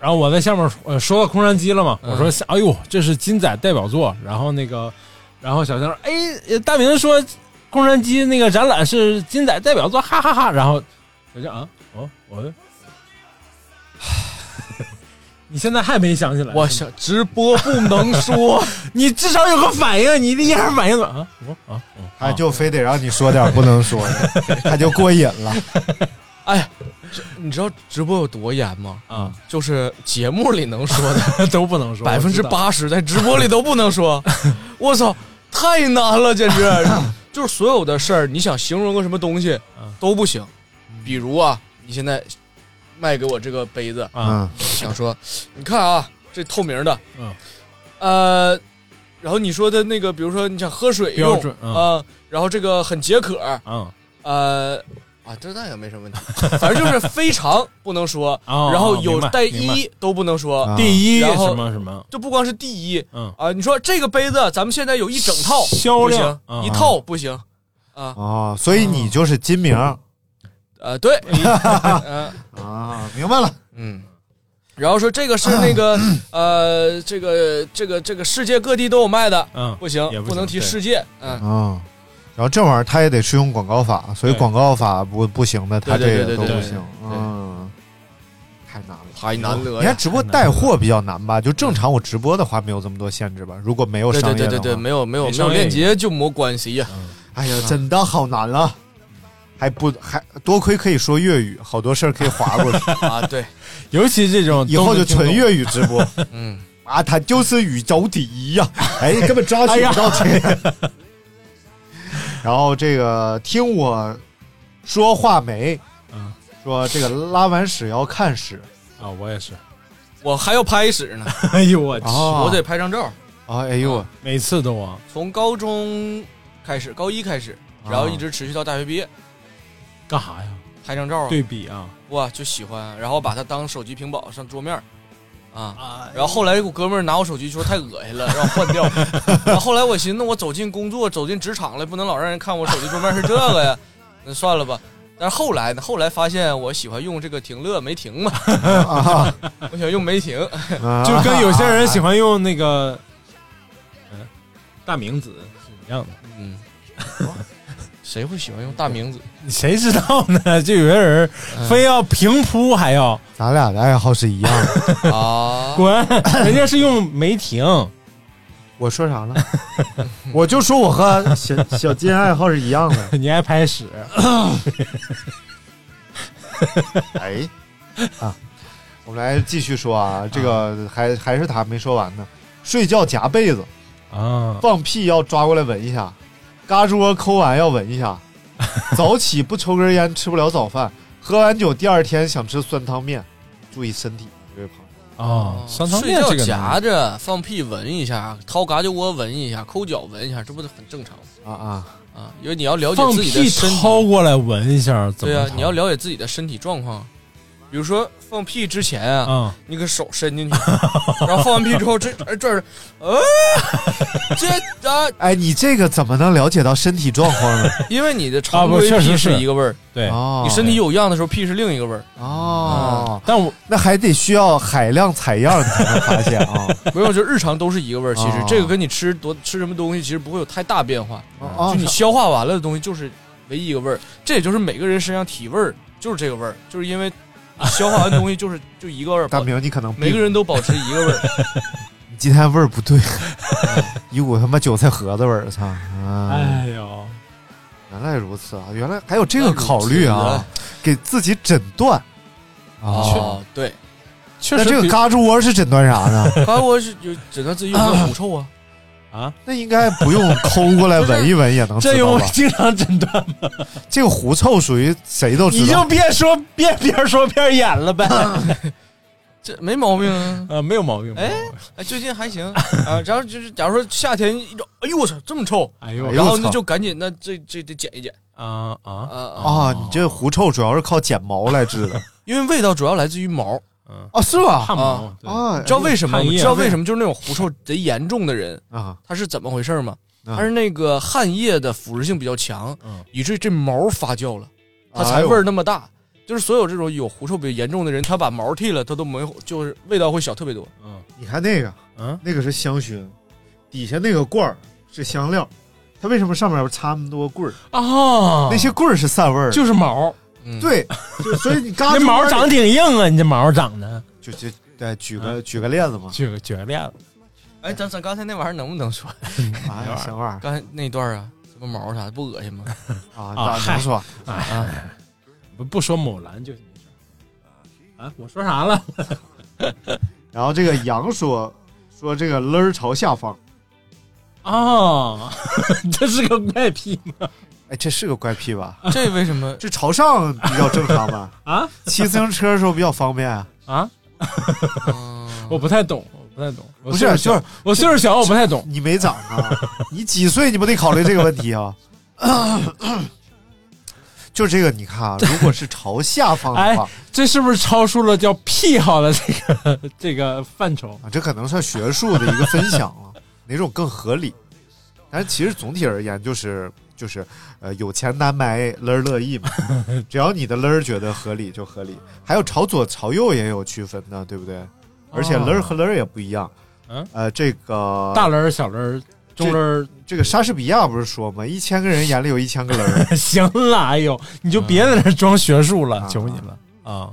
S7: 然后我在下面说呃说到空山鸡了嘛，
S8: 嗯
S7: 我说哎呦，这是金仔代表作。然后那个，然后小象说哎，呃大明说空山鸡那个展览是金仔代表作，哈哈哈然后小象啊，哦，我，你现在还没想起来？
S8: 我想直播不能说，
S7: 你至少有个反应，你一下反应了啊？我啊，哦
S6: 他哎就非得让你说点不能说的，他就过瘾了。
S8: 哎，这你知道直播有多严吗？
S7: 啊，
S8: 就是节目里能说 的
S7: 都不能说
S8: 百分之，八十，在直播里都不 能说。我操，太难了，简直就是所有的事儿，你想形容个什么东西
S7: 嗯
S8: 都不行。比如啊，你现在卖给我这个杯子，
S7: 我知道
S6: 嗯
S7: 啊，
S8: 想说，你看啊，这透明的，
S7: 嗯，
S8: 呃，然后你说的那个，比如说你想喝水用
S7: 标准
S8: 啊、
S7: 嗯
S8: 然后这个很解渴，
S7: 嗯
S8: 呃，啊，这那也没什么问题，反正就是非常不能说，
S7: 哦
S8: 然后
S7: 哦
S8: 有
S7: 明白
S8: 带
S7: 明白
S8: 一都不能说，
S6: 啊
S7: 第一
S8: 然后
S7: 什么什么，
S8: 就不光是第一
S7: 嗯，
S8: 啊，你说这个杯子咱们现在有一整套，
S7: 销量
S8: 不行
S7: 嗯
S8: 一套不行，
S6: 哦，所以你就是金明
S8: 呃， 对，嗯
S6: 啊，明白了。
S8: 嗯。然后说这个是那 个呃，这个这个这个世界各地都有卖的，
S7: 嗯，
S8: 不行
S7: 也，不行
S8: 不能
S7: 对
S8: 提世界，嗯，
S6: 啊，然后这玩意儿他也得适用广告法，所以
S7: 对
S6: 广告法不不行的，他
S8: 对
S6: 这
S8: 对
S6: 个
S8: 对
S6: 都
S8: 对
S6: 不
S7: 对
S6: 行。
S8: 对
S6: 嗯，太难了。
S8: 太难得
S6: 你看直播带货比较难吧？就正常我直播的话没有这么多限制吧？如果没有
S8: 对
S6: 商
S8: 对
S6: 业的
S8: 对
S6: 话，
S8: 对对，没有没有
S7: 没
S8: 没有
S7: 商业
S8: 链接就没关系呀，
S6: 哎呀，真的好难啊！还不还多亏可以说粤语，好多事儿可以划 过去。
S7: 嗯
S8: 啊， 对，
S7: 尤其这种
S6: 以后就纯
S7: 越。
S6: 粤语直播
S8: 嗯，
S6: 啊，他就是宇宙第一呀！哎， 根本抓取不到钱。然后这个听我说话没？
S7: 嗯
S6: 说这个拉完屎要看屎。
S7: 啊，我也是。
S8: 我还要拍屎呢，
S7: 哎呦我去，
S6: 啊，
S8: 我得拍张照，
S6: 啊，哎呦，
S7: 每次都啊，
S8: 从高中开始，高一开始，然后一直持续到大学毕业，
S7: 干啥呀？
S8: 拍张照啊，
S7: 对比啊，
S8: 哇，就喜欢，然后把它当手机屏保上桌面儿啊。
S7: 啊
S8: 然后后来我哥们儿拿我手机说太恶心了，让我换 掉。然后后来我寻思，那我走进工作、走进职场了，不能老让人看我手机桌面是这个呀， 那算了吧。但是后来呢，后来发现我喜欢用这个停乐没停嘛，
S6: 啊，
S8: 我喜欢用没停，
S6: 啊
S7: 就跟有些人喜欢用那个，嗯，大名子是一样的。
S8: 嗯，谁会喜欢用大名字？
S7: 谁知道呢？ 就有些人非要平铺，还要
S6: 咱俩的爱好是一样的。
S8: 啊，
S7: 滚， 人家是用梅婷，
S6: 我说 啥了？我就说我和 小小金爱好是一样的。
S7: 你爱拍屎，
S6: 哎，啊， 我们来继续说啊，这个还还是他没说完呢。睡觉夹被子，
S7: 啊，
S6: 放屁要抓过来闻一下，嘎桌抠完要闻一 下，早起不抽根烟吃不了早饭，喝完酒第二天想吃酸汤面，注意身体，这位朋友。
S7: 哦，酸汤
S8: 啊睡
S7: 面
S8: 觉
S7: 这个
S8: 夹着放屁闻一下，掏嘎吱窝闻一下，抠脚闻一下，这不是很正常吗
S6: 啊啊，
S8: 啊？因为你要了解
S7: 放
S8: 自己的
S7: 屁
S8: 身体，
S7: 掏过来闻一下，怎么
S8: 对啊
S7: 掏？，
S8: 你要了解自己的身体状况。比如说放屁之前啊，
S7: 啊，
S8: 你给手伸进去， 然后放完屁之后，这哎这儿， 呃，这啊，
S6: 哎，你这个怎么能了解到身体状况 呢？
S8: 因为你的
S7: 啊
S8: 常
S7: 不
S8: 规
S7: 确实
S8: 屁
S7: 是
S8: 一个味儿，
S7: 对。
S6: 哦，
S8: 你身体有恙的时候屁是另 一个味儿。
S6: 哦，
S7: 但我
S6: 那还得需要海量采样才能发现 啊。
S8: 没有，就日常都是一个味儿。其实
S6: 哦
S8: 这个跟你吃多吃什么东西，其实不会有太大变化。
S6: 哦哦
S8: 就你消化完了的东西就是唯一一个味儿，这也就是每个人身上体味儿就是这个味儿，就是因为你消化完东西就是 就一个味儿，
S6: 大明，你可能
S8: 每个人都保持一个味儿。
S6: 你今天味儿不对， 一股他妈韭菜盒子味儿，操！啊，
S7: 哎呦，
S6: 原来如此啊，原来还有 这个考 虑啊，给自己诊断啊。
S8: 哦，对，
S7: 确
S6: 那
S7: 实
S6: 这个
S7: 比
S6: 嘎吱窝是诊断 啥呢？
S8: 刚才我是有诊断自己有没有狐臭啊，
S7: 啊，
S6: 那应该不用抠过来闻一闻也能
S7: 这
S6: 知道
S7: 用
S6: 吧？
S7: 经常诊断
S6: 这个狐臭属于谁都知
S7: 你就
S6: 道。
S7: 别说别边说边演了呗。
S8: 这没毛病啊。
S7: 呃，没有毛病。
S8: 哎 哎，最近还行啊。然后就是，假如说夏天一种，哎呦我操，这么臭，
S7: 哎呦
S6: 哎呦
S8: 然后
S6: 我
S8: 那
S6: 操
S8: 就赶紧，那这这得剪一剪
S7: 啊啊
S8: 啊啊，
S6: 哦啊，你这狐臭主要是靠剪毛来治的。
S8: 因为味道主要来自于毛，嗯
S6: 哦是吧
S8: 汗毛
S7: 嗯
S6: 啊啊
S8: 你知道为什么？
S6: 汗液
S8: 你知道为什么？就是那种狐臭贼严重的人
S6: 啊，
S8: 他是怎么回事吗？
S6: 啊
S8: 他是那个汗液的腐蚀性比较强，以至于这毛发酵了，它
S6: 哎
S8: 才
S6: 呦
S8: 味儿那么大。就是所有这种有狐臭比较严重的人，他把毛剃了，他都没有，就是味道会小特别多。
S7: 嗯，
S6: 你看那个，
S7: 嗯，
S6: 那个是香薰，底下那个罐儿是香料，它为什么上面要插那么多棍儿？
S7: 啊，
S6: 那些棍儿是散味儿，
S7: 就是毛，
S6: 对，就所以你 嘎吱
S7: 那
S6: 窝
S7: 毛
S6: 里
S7: 长得挺硬啊，你这毛长得，
S6: 就就对，举个嗯举个例子嘛，
S7: 举个举个例子，
S8: 哎，咱咱刚才那玩意儿能不能说？
S6: 啊，香味儿
S8: 刚才那段啊，什么毛啥的，不恶心吗？
S6: 啊，
S7: 啊
S6: 能说
S7: 哎，不不说某蓝就没事儿啊，我说啥了？
S6: 然后这个羊说说这个勒儿朝下方，
S7: 哦， 这是个怪癖吗？
S6: 哎，这是个怪癖吧？
S8: 这为什么？
S6: 这朝上比较正常吧？
S7: 啊
S6: 骑自行车的时候比较方便啊。
S7: 啊， 我不太懂，我不太懂，我
S6: 不是啊
S7: 岁数小
S6: 就是
S7: 我岁数小，我不太懂。
S6: 你没长啊？你几岁？你不得考虑这个问题啊？ 就这个，你看啊，如果是朝下方的
S7: 哎
S6: 话，，
S7: 这是不是超出了叫癖好的这个这个范畴？
S6: 啊，这可能算学术的一个分享了，哪种更合理？但是其实总体而言，就是就是呃，有钱难买勒儿乐 意嘛，只要你的勒儿觉得合理就合理。还有朝左朝右也有区分的，对不对？而且勒儿和勒儿也不一样。
S7: 哦嗯
S6: 呃，这个
S7: 大轮儿、小轮儿、中轮儿，
S6: 这个莎士比亚不是说吗？一千个人眼里有一千个勒儿。
S7: 行了，哎呦，你就别在这装学术了，求你了啊！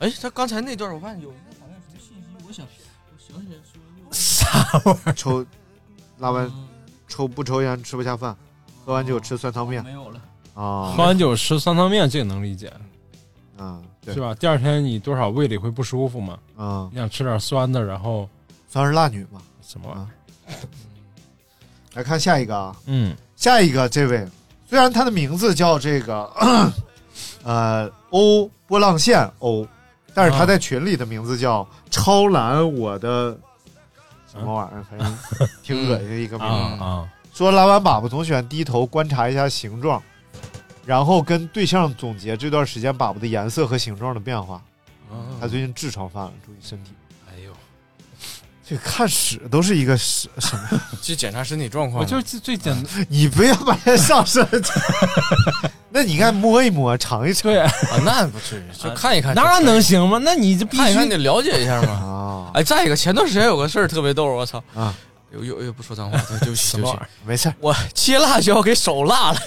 S8: 哎，他刚才那段我发现有一个好像有什么信息，我想我想起来说
S7: 啥玩意儿？
S6: 抽，拉 完抽不抽烟吃不下饭，喝完酒吃酸汤面
S8: 没有了。
S6: 啊
S7: 喝完酒吃酸汤面，这个能理解
S6: 啊对
S7: 是吧？第二天你多少胃里会不舒服嘛？
S6: 啊，
S7: 你想吃点酸的，然后
S6: 酸儿辣女嘛。
S7: 什么玩意儿？
S6: 来看下一个啊，
S7: 嗯，
S6: 下一个这位，虽然他的名字叫这个， 呃，欧波浪线欧，但是他在群里的名字叫超蓝我的什么玩意儿，反正挺恶心的一个
S7: 啊
S6: 名字。
S7: 啊
S6: 说拉完粑粑总喜欢低头观察一下形状，然后跟对象总结这段时间粑粑的颜色和形状的变化。
S7: 啊！
S6: 他最近痔疮犯了，注意身体。
S7: 哎呦，
S6: 这看屎都是一个屎什么？
S8: 去检查身体状况
S7: 我
S8: 嘛。
S7: 就最最简单，
S6: 你不要把它上身。 那你应该摸一摸，尝一尝。
S7: 对，
S8: 啊，那不至于，就看一看，
S7: 那能行吗？那你就必
S8: 看一看，
S7: 须
S8: 得了解一下嘛。
S6: 啊，
S8: 哎，再一个，前段时间有个事儿特别逗，我操
S6: 啊！
S8: 有有有，不说脏话，对 对不起，对不起，
S6: 没事儿。
S8: 我切辣椒给手辣了，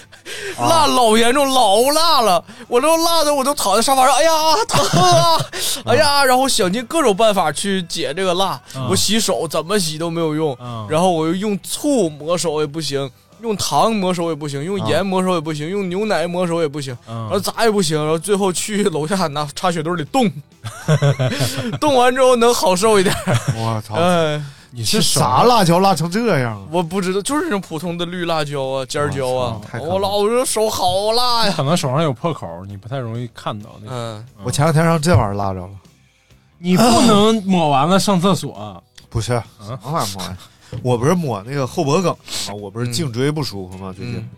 S7: 啊
S8: 辣老严重，老辣了，我都辣的我都躺在沙发上，哎呀疼 啊，哎呀，然后想尽各种办法去解这个辣，我洗手怎么洗都没有用
S7: 嗯，
S8: 然后我又用醋抹手也不行。用糖抹手也不行，用盐抹手也不行，用牛奶抹手也不行，
S7: 嗯
S8: 然后咋也不行，然后最后去楼下拿插雪堆里 冻，冻完之后能好受一点。
S6: 我操，
S8: 哎，
S7: 你
S6: 这
S7: 是手
S6: 啥辣椒辣成这样啊？
S8: 我不知道，就是那种普通的绿辣椒啊、尖儿椒啊
S6: 我操。太可怕了
S8: 我老我这手好辣呀！
S7: 可能手上有破口，你不太容易看到那个。
S8: 嗯，
S6: 我前两天让这玩意儿辣着了。
S7: 你不能抹完了上厕所，
S6: 不是，什么玩意儿摸呀？我不是抹那个后脖梗吗？我不是颈椎不舒服吗？最近
S8: 嗯，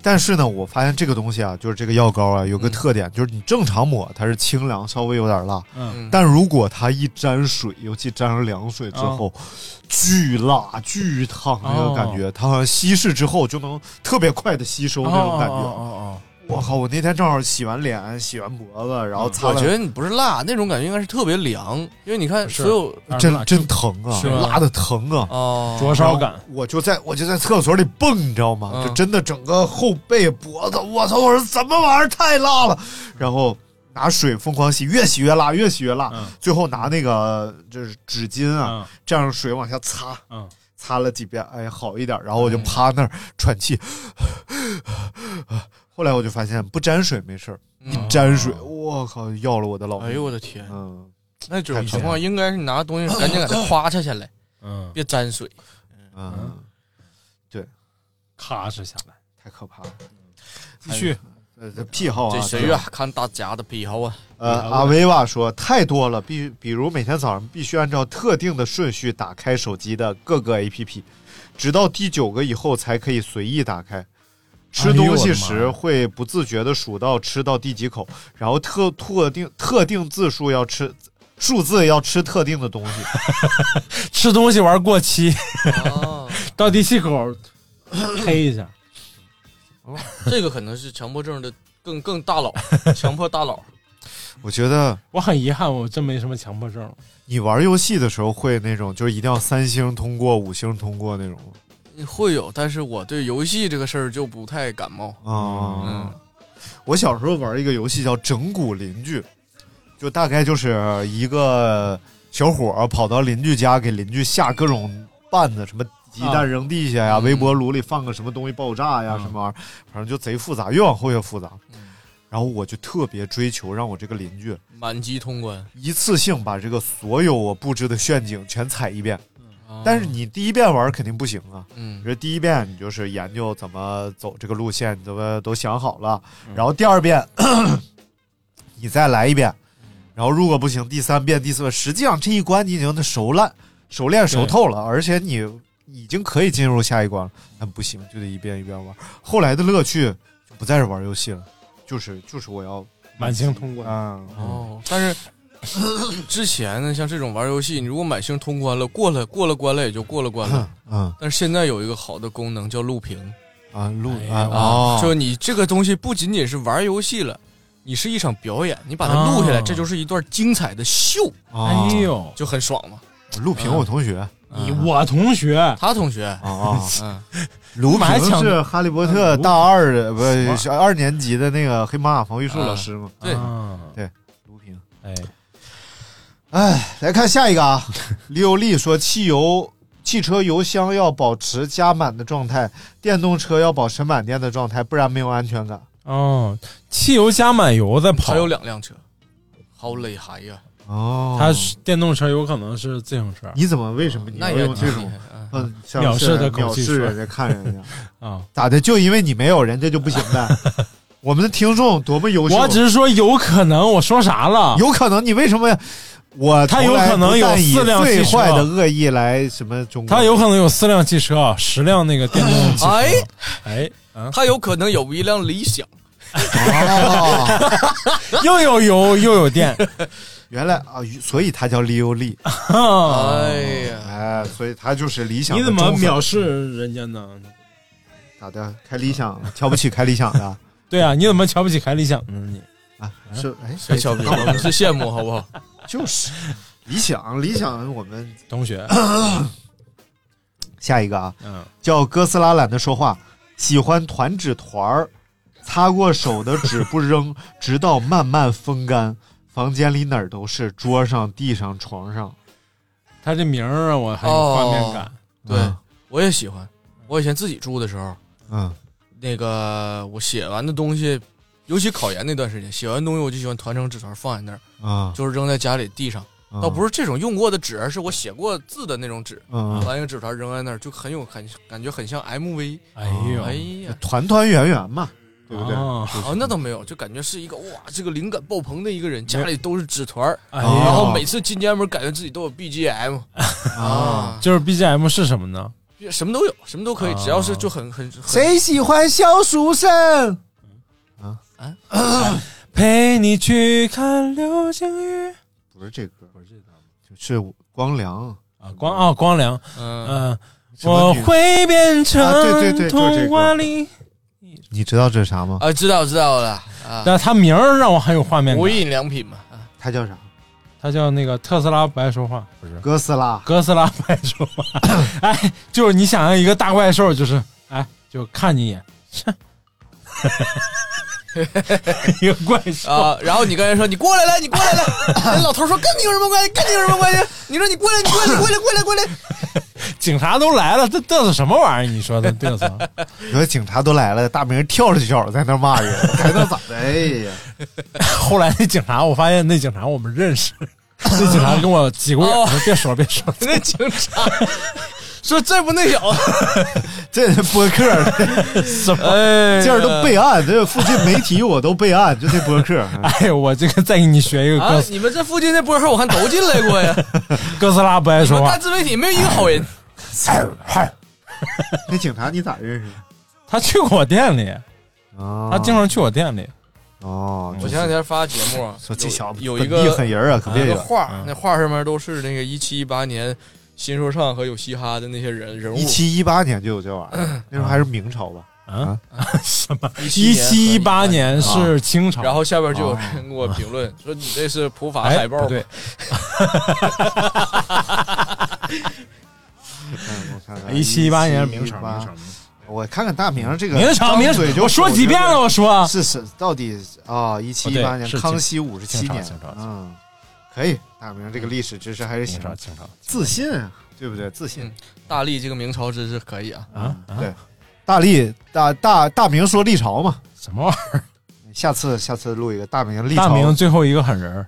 S6: 但是呢，我发现这个东西啊，就是这个药膏啊，有个
S8: 嗯
S6: 特点，就是你正常抹它是清凉，稍微有点辣，
S7: 嗯
S6: 但如果它一沾水，尤其沾上凉水之后，巨辣巨烫那个感觉，它好像稀释之后就能特别快的吸收那种感
S7: 哦
S6: 觉。
S7: 哦哦
S6: 我靠！我那天正好洗完脸、洗完脖子，
S7: 哦
S6: 然后
S7: 嗯
S6: 擦
S8: 嗯我
S6: 了，
S8: 觉得你不是辣，那种感觉应该是特别凉，因为你看
S7: 是
S8: 所有
S7: 哦
S6: 真真疼啊
S7: 是，吗
S6: 辣的疼啊！
S8: 哦，
S7: 灼烧感，
S6: 我就在我就在厕所里蹦，你知道吗？
S8: 嗯
S6: 就真的整个后背、脖子，我操！我说什么玩意儿太辣了，然后拿水疯狂洗，越洗越辣，越洗越辣，
S7: 嗯
S6: 最后拿那个就是纸巾啊，
S7: 嗯
S6: 这样水往下擦，
S7: 嗯，
S6: 擦了几遍，哎，好一点。然后我就趴那儿喘气， 后来我就发现不沾水没事儿，
S8: 嗯
S6: 一沾水，我靠，要了我的老命。
S8: 哎呦我的天！
S6: 嗯，
S8: 那这
S6: 太
S8: 种
S6: 偏
S8: 情况应该是拿东西赶紧给它夸嚓下来，
S7: 嗯，
S8: 别沾水。
S6: 嗯，
S7: 咔哧下来，
S6: 太可怕了。
S7: 继续
S6: 呃，这癖好啊，
S8: 这谁呀？看大家的癖好 啊！
S6: 呃，阿维瓦说太多了，必比如每天早上必须按照特定的顺序打开手机的各个 APP，直到第九个以后才可以随意打开。吃东西
S7: 哎呦我的妈
S6: 时
S7: 呀
S6: 会不自觉的数到吃到第几口，然后特特定特定字数要吃数字要吃特定的东西，
S7: 吃东西玩过期，
S8: 哦
S7: 到第七口黑一下。
S8: 这个可能是强迫症的更更 大佬，强迫大佬。
S6: 我觉得
S7: 我很遗憾，我真没什么强迫症。
S6: 你玩游戏的时候会那种，就是一定要三星通过、五星通过那种吗
S8: 会有，但是我对游戏这个事儿就不太感冒。
S7: 哦
S6: 啊、
S8: 嗯
S6: 我小时候玩一个游戏叫《整蛊邻居》，就大概就是一个小伙儿跑到邻居家给邻居下各种绊子，什么鸡蛋扔地下呀、微波炉里放个什么东西爆炸呀，什么玩意儿，反正就贼复杂，越往后越复杂。然后我就特别追求让我这个邻居
S8: 满级通关，
S6: 一次性把这个所有我布置的陷阱全踩一遍。但是你第一遍玩肯定不行啊，
S8: 哦嗯
S6: 比如第一遍你就是研究怎么走这个路线，你怎么都想好了，然后第二遍、你再来一遍，然后如果不行，第三遍、第四遍，实际上这一关你已经熟烂、熟练、熟透了，而且你已经可以进入下一关了，但不行，就得一遍一遍玩。后来的乐趣就不再是玩游戏了，就是就是我要
S7: 满星通关
S6: 啊、
S8: 哦，但是之前呢，像这种玩游戏，你如果满星通关了，过了过了关了也就过了关了。
S6: 嗯
S8: 但是现在有一个好的功能叫录屏
S6: 啊录啊哦，
S8: 就你这个东西不仅仅是玩游戏了，你是一场表演，你把它录下来，
S7: 哦
S8: 这就是一段精彩的秀，
S6: 啊
S7: 哎呦，
S8: 就很爽嘛。
S6: 录屏我同学啊
S8: 嗯
S7: 你我同学
S8: 他同学，
S6: 啊。
S8: 嗯，
S6: 卢
S7: 马还
S6: 平
S7: 抢
S6: 是《哈利波特》大二的，不是小二年级的那个黑马法防御术老师吗？
S8: 对，
S7: 啊，
S6: 卢平。
S7: 哎，
S6: 哎，来看下一个 啊，李有利说汽油。汽车油箱要保持加满的状态，电动车要保持满电的状态，不然没有安全感。
S7: 哦，汽油加满油再跑
S8: 他，有两辆车，好厉害呀！
S6: 哦
S7: 他是电动车有可能是自行车
S6: 你怎么为什么你
S8: 那
S6: 要
S8: 也
S6: 用
S8: 挺
S6: 这
S8: 厉
S6: 种
S8: 害啊。
S6: 嗯
S7: 藐视的口
S6: 藐
S7: 气
S6: 视
S7: 说
S6: 人家看 人家
S7: 啊。
S6: 咋的？就因为你没有，人家就不行 呗？我们的听众多么优秀，啊
S7: 我只是说有可能，我说啥了？
S6: 有可能你为什么？我
S7: 他有可能有四辆汽
S6: 最
S7: 车
S6: 坏的恶意来什么中国？
S7: 他有可能有四辆汽车，十辆那个电动汽车。
S8: 哎，
S7: 哎，啊，
S8: 他有可能有一辆理想，
S6: 哦，
S7: 又有油又有电，
S6: 原来啊，所以他叫利欧利，
S8: 哎呀，
S6: 哎，所以他就是理想
S7: 你
S6: 的
S7: 怎
S6: 忠
S7: 么
S6: 粉。
S7: 藐视人家呢？
S6: 咋的？开理想，瞧不起开理想的
S7: 对啊，你怎么瞧不起凯理想呢？你
S6: 啊？是哎，
S8: 别瞧不起， 我们是羡慕，好不好？
S6: 就是理想，理想我们
S7: 同学，
S6: 下一个啊，
S7: 嗯，
S6: 叫哥斯拉懒得说话，喜欢团纸团儿，擦过手的纸不扔，直到慢慢风干。房间里哪儿都是，桌上、地上、床上。
S7: 他这名儿啊，我很有画面感。
S8: 对
S6: 嗯，
S8: 我也喜欢。我以前自己住的时候，
S6: 嗯，
S8: 那个我写完的东西，尤其考研那段时间，写完东西我就喜欢团成纸团放在那儿，
S6: 啊，
S8: 就是扔在家里地上。倒不
S6: 是，
S8: 是这种用过的纸，而是我写过字的那种纸，
S6: 嗯，
S8: 把一个纸团扔在那儿，就很有感，感觉很像 MV。
S7: 哎呦，
S8: 哎呀，
S6: 团团圆圆嘛，对不对？
S7: 啊
S8: 哦，那倒没有，就感觉是一个哇，这个灵感爆棚的一个人，家里都是纸团儿，
S7: 哎
S6: 哦
S8: 然
S7: 呀，
S8: 后每次进家门感觉自己都有 BGM 啊，
S7: 就是 BGM 是什么呢？
S8: 什么都有，什么都可以，
S7: 啊
S8: 只要是就很很很
S6: 谁喜欢萧淑慎？
S7: 啊
S6: 啊
S7: 陪你去看流星雨
S6: 不是这歌，不是这歌，就是光良。
S7: 啊，光啊光良，
S8: 嗯，
S7: 嗯，
S6: 什么
S7: 我
S6: 女
S7: 会变成
S6: 啊对对对就是这个
S7: 童话里。
S6: 你知道这是啥吗？
S8: 啊，知道知道了啊，
S7: 但他名儿让我很有画
S6: 嗯
S7: 面
S8: 无
S7: 感，
S8: 印良品嘛，啊
S6: 他叫啥？
S7: 他叫那个特斯拉不爱说话，不是
S6: 哥斯拉。
S7: 哥斯拉不爱说 话。哎，就是你想象一个大怪兽，就是哎，就看你一眼， 一个怪兽
S8: 啊，然后你刚才说你过来来，你过来 来，那老头说跟你有什么关系？跟你有什么关系？你说你过来，你过来，你过来，过来，过来。
S7: 警察都来了，这嘚瑟什么玩意儿？你说的嘚瑟？
S6: 你说警察都来了，大明跳着脚在那骂人，还能咋的？哎呀，
S7: 后来那警察，我发现那警察我们认识，那警察跟我挤过眼，
S8: 哦
S7: 说别说别说，
S8: 那警察 说这不那小子，
S6: 这播客
S7: 什么？
S8: 哎
S6: 这儿都备案，这附近媒体我都备案，就这播客。
S7: 哎呦，我这个再给你学一个哥
S8: 啊！
S7: 斯、
S8: 你们这附近这波客我看都进来过呀，
S7: 哥斯拉啊不
S6: 哎
S7: 爱说话
S8: 大，自媒体没有一个好人。
S6: 那警察你咋认识？
S7: 他去过我店里，
S6: 啊
S7: 他经常去我店里，
S6: 哦，
S8: 我前两天发节目啊，
S6: 说这小子
S8: 嗯有有一
S6: 本地
S8: 个
S6: 狠人啊可别
S8: 有一
S6: 惹
S8: 个画
S6: 嗯，
S8: 那画上面都是那个一七一八年新说唱和有嘻哈的那些人人物。
S6: 一七一八年就有这玩意儿，那时候还是明朝吧？
S7: 啊，什么？
S8: 17
S7: 一七一八年
S8: 年啊
S7: 是清朝，
S8: 然后下边就
S6: 哦
S8: 有
S7: 啊
S8: 人给我评
S6: 嗯
S8: 论说：“你这是普法
S7: 哎
S8: 海报吗
S7: 不对
S6: 嗯，我看
S7: 啊
S6: 看
S7: 1718年是明朝
S6: 1718
S7: 明朝
S6: 我看看大明这个
S7: 嗯明朝明
S6: 张
S7: 朝
S6: 嘴就
S7: 我说几遍了我说
S6: 是是，到底啊，一七
S7: 哦
S6: 一
S7: 对
S6: 八年
S7: 是，
S6: 康
S7: 清
S6: 熙五十七
S7: 清朝
S6: 年
S7: 清朝，
S6: 嗯，可以，大明这个历史知识还是行，
S7: 清朝清朝
S6: 自信啊，对不对？自信
S8: 嗯，大力这个明朝真是可以啊。
S7: 啊，
S6: 对，大历大大大明说历朝嘛，
S7: 什么玩意儿？
S6: 下次下次录一个大明历朝，
S7: 大明最后一个狠人儿，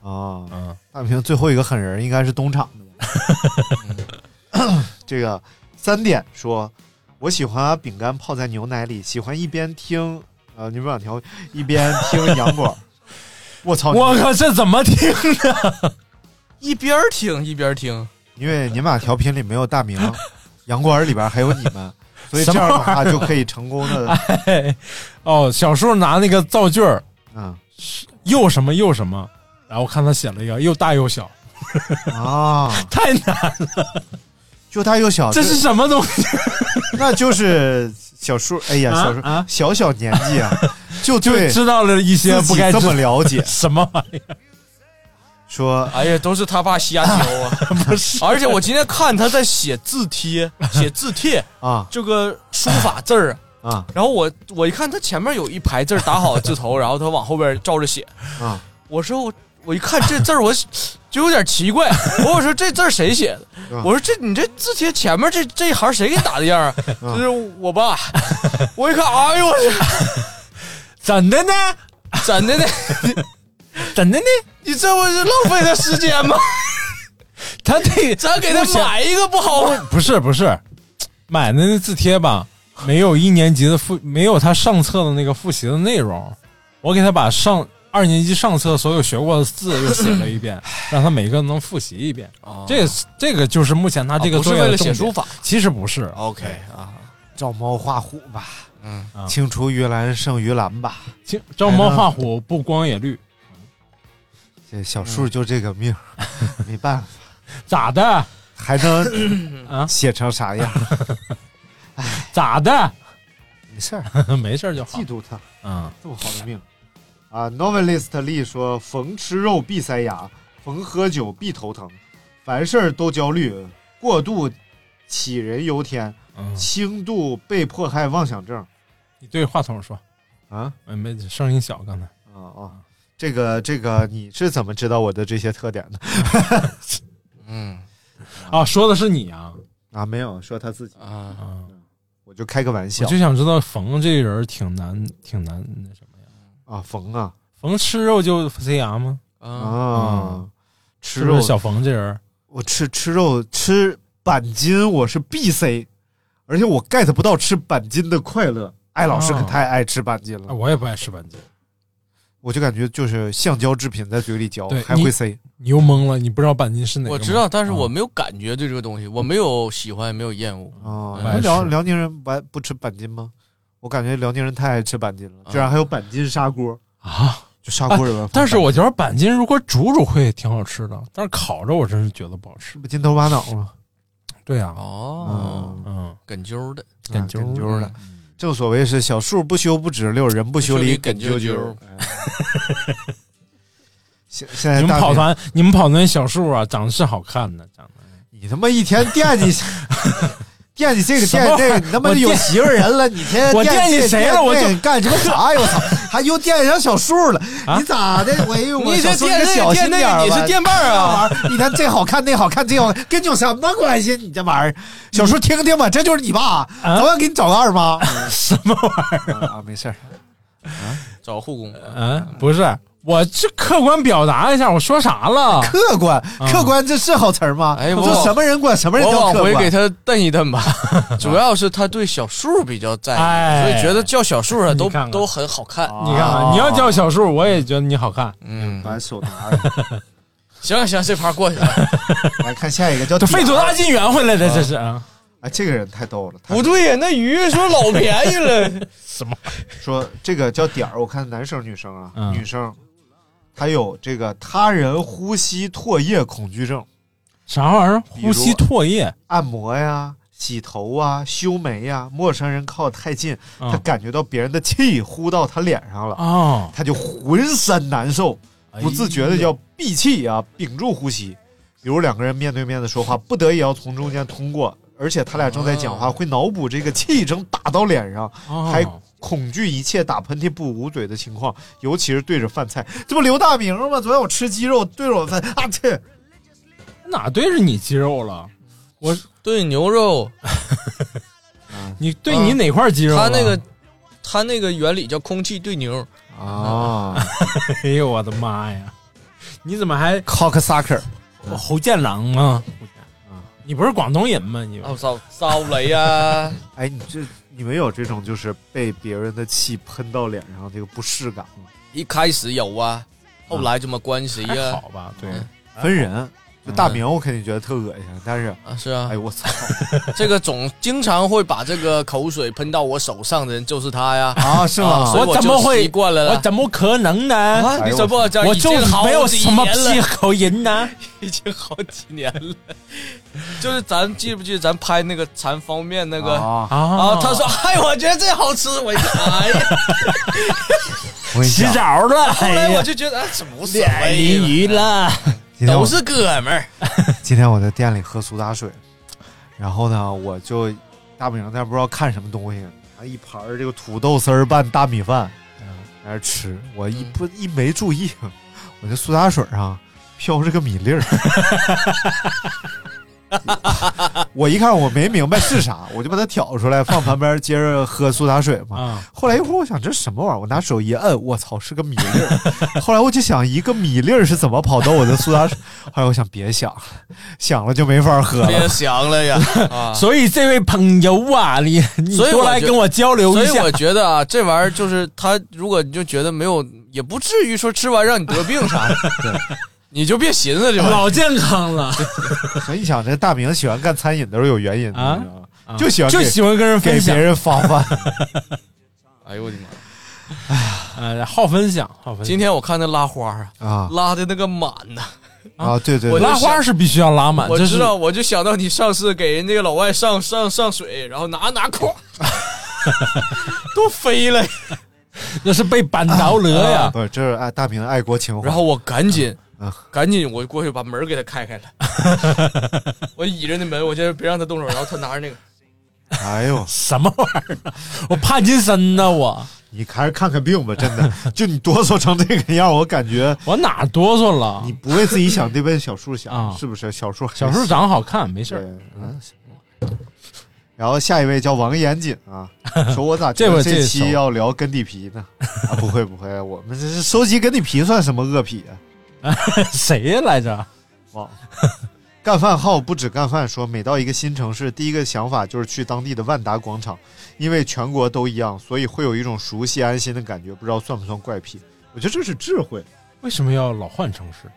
S6: 啊，
S7: 嗯，
S6: 大明最后一个狠人应该是东厂的 吧？这个三点说，我喜欢把饼干泡在牛奶里，喜欢一边听呃牛软条一边听杨 果。我操！
S7: 我靠，这怎么听呢？
S8: 一边儿听一边儿听，
S6: 因为你们俩调频里没有大 明，杨果儿里边还有你们，所以这
S7: 什么
S6: 样的
S7: 玩
S6: 话
S7: 意儿
S6: 就可以成功的。
S7: 哎，哦，小时候拿那个造句儿，
S6: 嗯，
S7: 又什么又什么，然后我看他写了一个又大又小，
S6: 啊，
S7: 太难了，
S6: 又大又小，
S7: 这是什么东西？
S6: 那就是小叔，哎呀，
S7: 啊
S6: 小叔、
S7: 啊
S6: 小小年纪啊，就
S7: 就
S6: 对
S7: 知道了一些不该
S6: 自己这
S7: 知
S6: 么了解
S7: 什么玩意儿。
S6: 说
S8: 哎呀，都是他爸瞎教啊！
S7: 不是
S8: 而且我今天看他在写字 帖，写字帖
S6: 啊
S8: 这个书法字儿。
S6: 啊
S8: 然后我我一看他前面有一排字儿打好 字头，然后他往后边照着写。
S6: 啊，
S8: 我说我我一看这字儿，我 就有点奇怪。我说这字儿谁写的？
S7: 啊
S6: 嗯
S8: 我说这你这字帖前面这这一行谁给打的样 啊？
S6: 嗯
S8: 就是我爸。 我一看，哎呦我去，
S7: 怎的呢？
S8: 怎的呢？
S7: 怎的呢？
S8: 你这不是浪费他时间吗？
S7: 他这
S8: 咱给他买一个不好吗？
S7: 不是不是，买的那字帖吧，没有一年级的复，没有他上册的那个复习的内容。我给他把上二年级上册所有学过的字又写了一遍，让他每个能复习一遍。这个这个就是目前他这个
S8: 哦啊不是
S7: 作业的
S8: 为了写
S7: 重点
S8: 书法，
S7: 其实不是。
S8: OK 啊，
S6: 照猫画虎吧，
S8: 嗯，
S7: 啊
S6: 青出于蓝胜于蓝吧。
S7: 其照猫画虎，不光也绿，
S6: 这小树就这个 命儿，没办法，
S7: 咋的？
S6: 还能
S7: 啊
S6: 写成啥样？
S7: 咋的？
S6: 没事儿，
S7: 没事儿就好
S6: 嫉。妒他
S7: 嗯，
S6: 这么好的命 啊！Novelist 丽说：“逢吃肉必塞牙，逢喝酒必头疼，凡事儿都焦虑，过度杞人忧天，
S7: 嗯
S6: 轻度被迫害妄想症。
S7: 你对话筒说，”
S6: 啊
S7: 哎没声音小，
S8: 哦
S7: 刚才
S6: 啊啊！这个这个，你是怎么知道我的这些特点的？
S8: 嗯
S7: 啊，说的是你啊。
S6: 啊，没有说他自己，
S8: 啊。
S7: 啊，
S6: 我就开个玩
S7: 我
S6: 笑
S7: 就想知道冯这人挺难，挺难那什么。
S6: 啊，逢啊
S7: 冯吃肉就塞牙吗？
S8: 啊，
S6: 啊，吃
S7: 是不
S6: 肉
S7: 是嗯小冯这人？
S6: 我吃吃肉吃板筋，我是必 C，而且我 get 不到吃板筋的快乐。艾老师可
S7: 哦
S6: 太爱吃板筋了，
S7: 啊我也不爱吃板筋，
S6: 我就感觉就是橡胶制品在嘴里嚼，
S7: 对
S6: 还会
S7: 你
S6: C
S7: 你又懵了，你不知道板筋是哪个吗？
S8: 我知道，但是我没有感觉对这个东西，我没有喜欢，也没有厌恶。
S6: 啊。
S8: 嗯
S6: 那辽
S7: 哎是
S6: 辽宁人不爱不吃板筋吗？我感觉辽宁人太爱吃板筋了，
S8: 啊
S6: 居然还有板筋砂锅，
S7: 嗯啊。
S6: 就砂锅里边放板筋。
S7: 但是我觉得板筋如果煮煮会挺好吃的，但是烤着我真是觉得不好吃
S6: 这。不筋头巴脑啊吗？
S7: 对呀、
S8: 哦，
S7: 嗯，
S8: 梗啾的，
S7: 梗啾
S6: 梗
S7: 儿
S6: 啾的。正所谓是小树不修不直溜，人不修
S8: 不修
S6: 理
S8: 理
S6: 梗
S8: 梗
S6: 啾
S8: 啾
S6: 啾
S8: 啾。
S6: 哎现现在
S7: 你们
S6: 大
S7: 跑
S6: 明
S7: 团，你们跑团小树啊，长得是好看的，长得
S6: 你他妈一天惦记惦记这个
S7: 什
S6: 惦
S7: 么
S6: 记
S7: 玩
S6: 那
S7: 意
S6: 个，
S7: 儿
S6: 你他妈
S7: 我
S6: 有
S7: 惦
S6: 媳妇儿人了，你天天
S7: 我
S6: 惦
S7: 惦记谁了
S6: 这
S7: 我就
S6: 惦记干什么啥呀？我操，还又惦记上小树了？你咋的？我哎呦，我
S8: 你
S6: 小
S8: 这
S6: 树
S8: 电
S6: 你小心
S8: 电那
S6: 点儿吧
S8: 个你是电棒
S6: 这玩
S8: 啊？
S6: 意儿，你看这好看那好看这好看，跟你有什么关系？你这玩意儿，小叔听听吧，这就是你爸，早晚给你找个二妈。
S7: 什么玩意
S6: 啊，没事儿，
S8: 找护工，
S7: 儿？啊，不是，我这客观表达一下，我说啥了？
S6: 客观，客观，这是好词儿吗？
S8: 哎我
S6: 这什么人管什么人
S8: 我
S6: 叫
S8: 往
S6: 客
S8: 回
S6: 观？
S8: 给他瞪一瞪吧。主要是他对小树比较在意，
S7: 哎
S8: 所以觉得叫小树啊都
S7: 你看看
S8: 都很好看。
S7: 你看，啊，你要叫小树，我也觉得你好看。
S8: 嗯，
S6: 把手拿着，
S8: 行行，这趴过去了。
S6: 来看下一个叫
S7: 这费
S6: 点
S7: 多
S6: 儿
S7: 大劲圆回来的，这是啊！
S6: 哎，这个人太逗了，他
S8: 不对呀，那鱼说老便宜了，
S7: 什么？
S6: 说这个叫点儿，我看男生女生啊，
S7: 嗯
S6: 女生，她有这个他人呼吸唾液恐惧症，
S7: 啥玩意儿？
S6: 比如
S7: 呼吸唾液？
S6: 按摩呀、洗头啊、修眉呀，陌生人靠太近，
S7: 嗯
S6: 她感觉到别人的气呼到她脸上了，
S8: 啊
S7: 哦，
S6: 她就浑身难受，不自觉的就要闭气啊，屏住呼吸。比如两个人面对面的说话，不得已要从中间通过，而且他俩正在讲话，会脑补这个气声打到脸上，
S7: 哦
S6: 还恐惧一切打喷嚏不捂嘴的情况，尤其是对着饭菜。这不刘大明吗？昨天我吃鸡肉对着我饭啊，这
S7: 哪对着你肌肉了？
S8: 对牛肉，嗯
S7: 你对你哪块肌肉啊了？
S8: 它那个它那个原理叫空气对流，
S6: 啊
S7: 哎呦我的妈呀！你怎么还
S6: ，cock sucker，
S7: 侯建狼吗？你不是广东人吗？你
S8: 啊，骚骚雷 呀，
S6: 哎，你这你们有这种就是被别人的气喷到脸上这个不适感吗？
S8: 一开始有啊，后来怎么关系啊
S7: 还
S8: 呀？
S7: 啊好吧？对，
S6: 分人，就大明我肯定觉得特恶心，但是
S8: 啊，是啊
S6: 哎，我 操
S8: 这个总经常会把这个口水喷到我手上的人就是他呀。
S6: 啊，是
S8: 啊
S6: 吗？
S8: 所以
S7: 我
S8: 就
S7: 怎么会
S8: 习惯了
S7: 我
S8: 啦？
S7: 怎么可能呢？
S8: 啊，你怎么这
S7: 哎我
S8: 已
S7: 就
S8: 经好
S7: 没有
S8: 几
S7: 什么
S8: 年了
S7: 屁口音呢。
S8: 已经好几年了，就是咱记不记得咱拍那个馋方面那个啊
S6: 啊，
S8: 他说：“哎，我觉得这好吃。”我一看， 哎呀，
S6: 我跟你
S7: 洗
S6: 讲，
S7: 澡了，
S8: 后来
S7: 哎呀
S8: 我就觉得哎，怎么无所
S7: 脸
S8: 谓
S7: 淋
S8: 了，
S7: 雨了，
S6: 今天
S8: 都
S6: 我
S8: 是哥们儿。
S6: 今天我在店里喝苏打水，然后呢，我就大饼在不知道看什么东西，啊，一盘儿这个土豆丝儿拌大米饭，在那儿吃，我一不一没注意，我这苏打水上飘着个米粒儿。 我一看我没明白是啥，我就把它挑出来放旁边，接着喝苏打水嘛。
S7: 啊
S6: 后来一会儿我想这什么玩意儿，我拿手一摁，我操，是个米粒儿。 后来我就想一个米粒儿是怎么跑到我的苏打水，后来我想别想了，想了就没法喝了。
S8: 别 想了呀！啊，
S7: 所以这位朋友啊，你你
S8: 所以我
S7: 过来
S8: 觉
S7: 跟我交流
S8: 所
S7: 一
S8: 以
S7: 下
S8: 我。觉得啊，这玩意儿就是他，如果你就觉得没有，也不至于说吃完让你得病啥的，你就别寻思这玩意儿。
S7: 老健康了
S6: 所以你想，这大明喜欢干餐饮都是有原因的，
S7: 啊
S6: 你知道吗？就喜欢
S7: 就
S6: 给
S7: 喜欢跟人分
S6: 给别
S7: 享，
S6: 人发 饭。
S8: 哎呦我的妈！
S7: 呃，好分享，好分享。
S8: 今天我看那拉花啊，
S6: 啊
S8: 拉的那个满呐、
S6: 啊，对对
S8: 我
S6: 对，
S7: 拉花是必须要拉满，
S8: 我
S7: 啊这
S8: 知
S7: 是
S8: 道，我就想到你上次给人家老外上上上水，然后拿拿咵，都飞 了。
S7: 那是被板着了呀。
S6: 不是这是爱大明的爱国情怀
S8: 然。后我赶紧
S6: 啊，
S8: 赶紧我过去把门给他开开了。我倚着那门，我先别让他动手。然后他拿着那个，
S6: 哎呦，
S7: 什么玩意儿？我帕金森呢？我
S6: 你还是看看病吧，真的，就你哆嗦成这个样，我感觉
S7: 我哪哆嗦了
S6: 你？不为自己想，得为小树想
S7: 啊，
S6: 是不是？小树还
S7: 小树长好看，没事
S6: 对
S7: 儿。，
S6: 嗯。然后下一位叫王严谨啊，说我咋觉
S7: 这
S6: 得
S7: 位
S6: 这
S7: 这
S6: 期
S7: 熟
S6: 要聊跟地皮呢？啊，不会不会，我们这是收集跟地皮算什么恶痞啊？
S7: 谁呀来着？
S6: 忘了。 干饭号不止干饭说，每到一个新城市，第一个想法就是去当地的万达广场，因为全国都一样，所以会有一种熟悉安心的感觉。不知道算不算怪癖？我觉得这是智慧。
S7: 为什么要老换城市？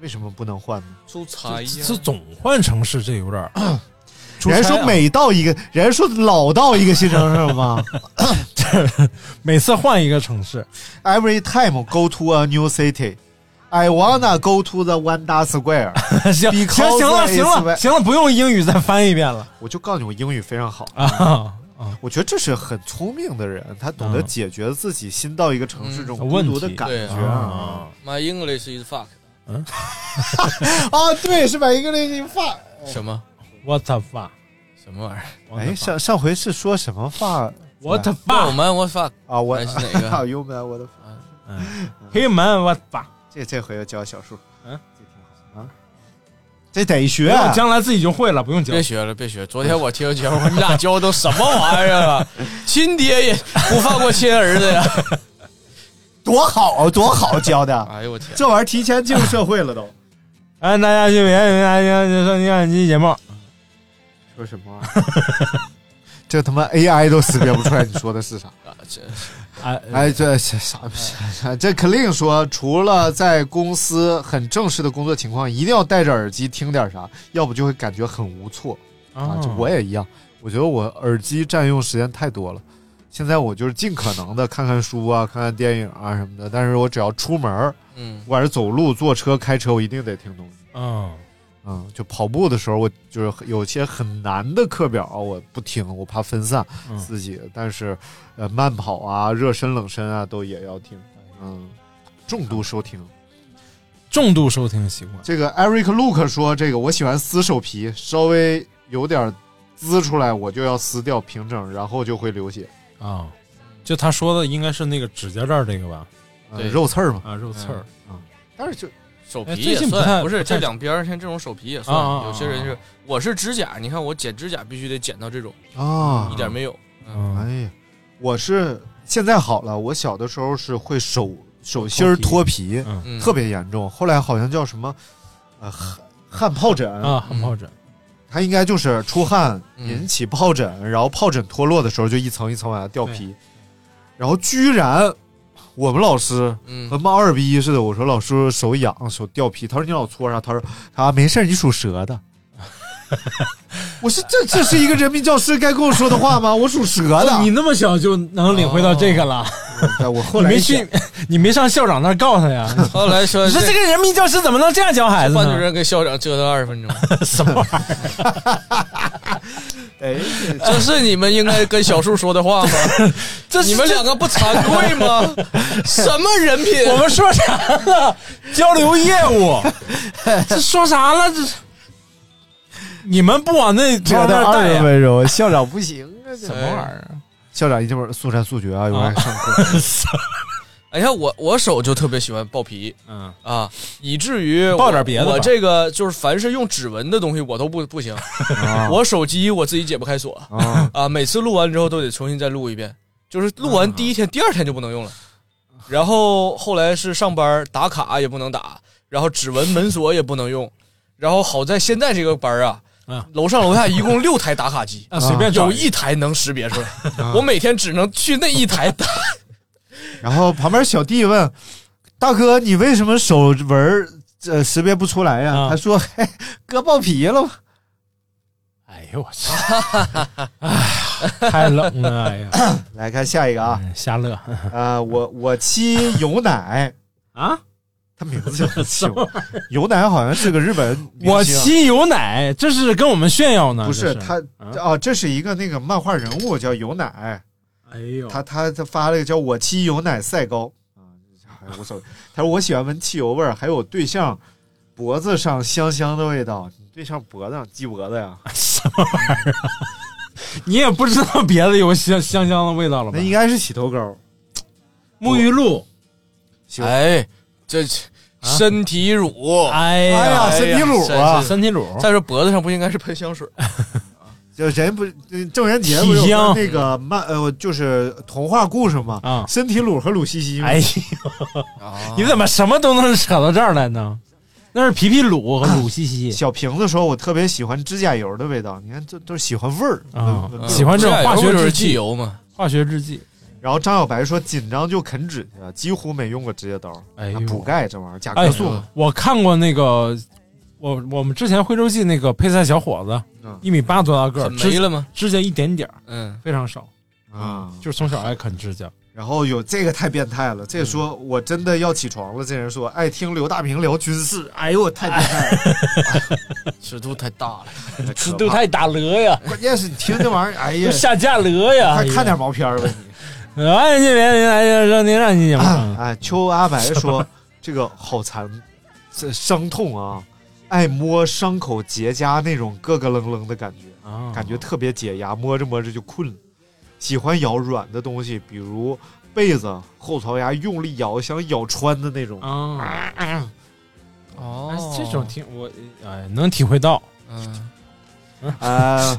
S6: 为什么不能换呢？
S8: 出差
S7: 这这总换城市，这有点儿。出差啊
S6: 人家说每到一个，人家说老到一个新城市吗
S7: 每次换一个城市，
S6: ？Every time go to a new city, I wanna go to the Wanda Square 。
S7: 行行
S6: Because
S7: 行了
S6: it's
S7: 行
S6: wet
S7: 了行了，不用英语再翻一遍了
S6: 我就告诉你，我英语非常好。
S7: 啊！
S6: 我觉得这是很聪明的人，他懂得
S7: 嗯
S6: 解决自己新到一个城市这种
S7: 嗯
S6: 孤独的
S7: 问题
S6: 感
S8: 对
S6: 觉。
S7: 啊
S8: My English is fuck
S6: 啊，对，是把一个那句发。
S8: 什么
S7: What the fuck？
S8: 什么玩意儿？
S6: 哎，上上回是说什么发
S7: What the
S8: 那
S7: fuck？
S8: 我们 what fuck
S6: 啊？我
S8: 还是哪个
S6: 啊，幽门，我的
S7: 黑门 What the fuck？
S6: 这这回要教小树，
S7: 嗯，
S6: 这挺好啊，这得学啊
S7: 没有将来自己就会了，不用教
S8: 别。学了，别学。昨天我听节目，你俩教的都什么玩意儿啊？亲爹也不放过亲儿子呀！
S6: 多好多好教 的， 啊
S8: 哎呦我天！
S6: 这玩意儿提前进入社会了都。
S7: 哎，大家去别别别别收听本期节目，
S6: 说什么玩啊意儿？ 这他妈 AI 都识别不出来你说的是啥？
S8: 啊这
S7: 哎
S6: 哎，这这啥？这 Clean 说，除了在公司很正式的工作情况，一定要戴着耳机听点啥，要不就会感觉很无措。啊，
S7: 哎哦
S6: 就我也一样，我觉得我耳机占用时间太多了。现在我就是尽可能的看看书啊，看看电影啊什么的。但是我只要出门儿，
S8: 嗯
S6: 不管是走路、坐车、开车，我一定得听东西。
S7: 嗯
S6: 嗯，就跑步的时候，我就是有些很难的课表啊我不听，我怕分散
S7: 嗯
S6: 自己。但是，呃，慢跑啊、热身、冷身啊，都也要听。嗯，重度收听。
S7: 重度收听习惯。
S6: 这个 Eric Luke 说，这个我喜欢撕手皮，稍微有点滋出来，我就要撕掉平整，然后就会流血。
S7: 啊，就他说的应该是那个指甲这儿这个吧？
S6: 嗯肉刺儿嘛
S7: 啊，肉刺儿。
S6: 但是就
S8: 手
S7: 哎
S8: 皮
S7: 最
S8: 也
S7: 近不太
S8: 算，不
S7: 不
S8: 是
S7: 太
S8: 这两边儿，像这种手皮也
S7: 啊啊
S8: 算。
S7: 啊
S8: 有些人是，我是指甲，你看我剪指甲必须得剪到这种，
S6: 啊，
S8: 一点没有。
S7: 嗯
S6: 哎呀，我是现在好了，我小的时候是会手手心儿脱皮，
S8: 嗯
S6: 特别严重。后来好像叫什么，呃，汗汗疱疹
S7: 啊，汗疱疹。
S6: 它应该就是出汗
S7: 嗯
S6: 引起疱疹，然后疱疹脱落的时候就一层一层往下掉皮，然后居然我们老师
S8: 嗯
S6: 和妈二逼似的，我说老师手痒手掉皮，他说你老搓啥？他说啊没事儿，你属蛇的。 我说这这是一个人民教师该跟我说的话吗？我属蛇的，
S7: 哦
S6: 哎
S7: 你那么小就能领会到这个了？
S6: 我哦后来
S7: 你没
S6: 一
S7: 去， 你没上校长那儿告诉 他呀？
S8: 后来说，
S7: 你说这个人民教师怎么能这样教孩子
S8: 班主
S7: 呢？
S8: 任跟校长折腾二十分钟，
S7: 什么玩意
S6: 哎，
S8: 这是你们应该跟小树说的话吗？
S7: 这
S8: 你们两个不惭愧 吗？什么人品？啊
S7: 我们说啥了？交流业务，这说啥了？这你们不往那
S6: 这
S7: 方面
S6: 的二
S7: 带
S6: 人
S7: 呀？
S6: 温柔，校长不行啊，什
S8: 什么玩意儿？
S6: 校长一定是速战速决啊，有人上 课。
S7: 啊
S8: 哎呀，我我手就特别喜欢爆皮
S7: 嗯，
S8: 啊，以至于我
S7: 爆点别的吧
S8: 我这个就是凡是用指纹的东西我都不不行，
S6: 啊
S8: 我手机我自己解不开锁
S6: 啊
S8: 啊，每次录完之后都得重新再录一遍，就是录完第一天、第二天就不能用了。然后后来是上班打卡也不能打，然后指纹门锁也不能用。然后好在现在这个班儿啊，
S7: 嗯
S8: 楼上楼下一共六台打卡机，
S7: 啊随便找
S8: 有
S7: 一啊
S8: 一台能识别出来，我每天只能去那一台打。
S6: 然后旁边小弟问大哥：“你为什么手纹儿这识别不出来呀、
S7: 啊
S6: 他说：“嘿，割爆皮了吧
S7: 哎呦我操！哎呀，太冷了！哎呀，？”
S6: 来看下一个啊，
S7: 瞎乐
S6: 啊，我我妻有奶，
S7: 啊！
S6: 他名字叫秀有奶，好像是个日本明星
S7: 我妻有奶，这是跟我们炫耀呢？
S6: 啊不
S7: 这
S6: 是
S7: 是
S6: 他
S7: 啊
S6: 啊，这是一个那个漫画人物叫有奶，
S7: 哎呦，
S6: 他他他发了一个叫“我妻有奶赛高”啊，哎无所谓。他说我喜欢闻汽油味儿，还有对象脖子上香香的味道。你对象脖子上鸡脖子呀？
S7: 啊你也不知道别的有香香香的味道了吧
S6: 那？应该是洗头膏。
S7: 沐浴露，
S6: 行
S8: 哎，这身体乳，
S7: 哎
S6: 哎呀，
S7: 呀，
S6: 身体乳啊！
S7: 身体乳，
S8: 再说脖子上不应该是喷香水？
S6: 就人不郑渊洁不是
S7: 体香
S6: 有那个漫呃，就是童话故事嘛？
S7: 啊
S6: 身体乳和鲁西西嘛。
S7: 哎呦，你怎么什么都能扯到这儿来呢？那是皮皮鲁和鲁西西
S6: 小瓶子说：“我特别喜欢指甲油的味道，你看这都是喜欢味儿
S7: 啊
S6: 闻闻
S7: 喜欢这种化学
S8: 就是
S7: 制
S8: 汽
S7: 剂，
S8: 油嘛？
S7: 化学制剂。
S6: 然后张小白说：“紧张就啃指甲，几乎没用过指甲刀。
S7: 哎呦
S6: 啊补钙这玩意儿，甲
S7: 哎
S6: 壳素嘛。，
S7: 我看过那个，我我们之前徽州记那个配菜小伙子
S6: 嗯，
S7: 一米八多大个儿，
S8: 怎么没
S7: 指
S8: 了吗？
S7: 指甲一点点儿，
S8: 嗯，
S7: 非常少，
S6: 啊，
S7: 就是从小爱啃指甲。
S6: 然后有这个太变态了，这说我真的要起床了。这人说爱听刘大明聊军事，哎呦，太变态了，
S8: 尺度太大了。
S6: 尺
S7: 都。太打了呀，
S6: 哎关键是你听这玩意儿，哎
S7: 都
S6: 呀，
S7: 下架了哎呀！
S6: 快看点毛片儿吧你。
S7: 哎呀，这边哎呀，让您让您
S6: 啊
S7: 嘛，
S6: 哎，邱阿白说这个好残，这伤痛啊，爱摸伤口结痂那种咯咯楞楞的感觉。
S7: 啊
S6: 感觉特别解压，摸着摸着就困了。喜欢咬软的东西，比如被子、后槽牙，用力咬想咬穿的那种。
S7: 啊，哎
S8: 哦
S7: 这种挺我哎能体会到。
S8: 嗯，
S6: 呃，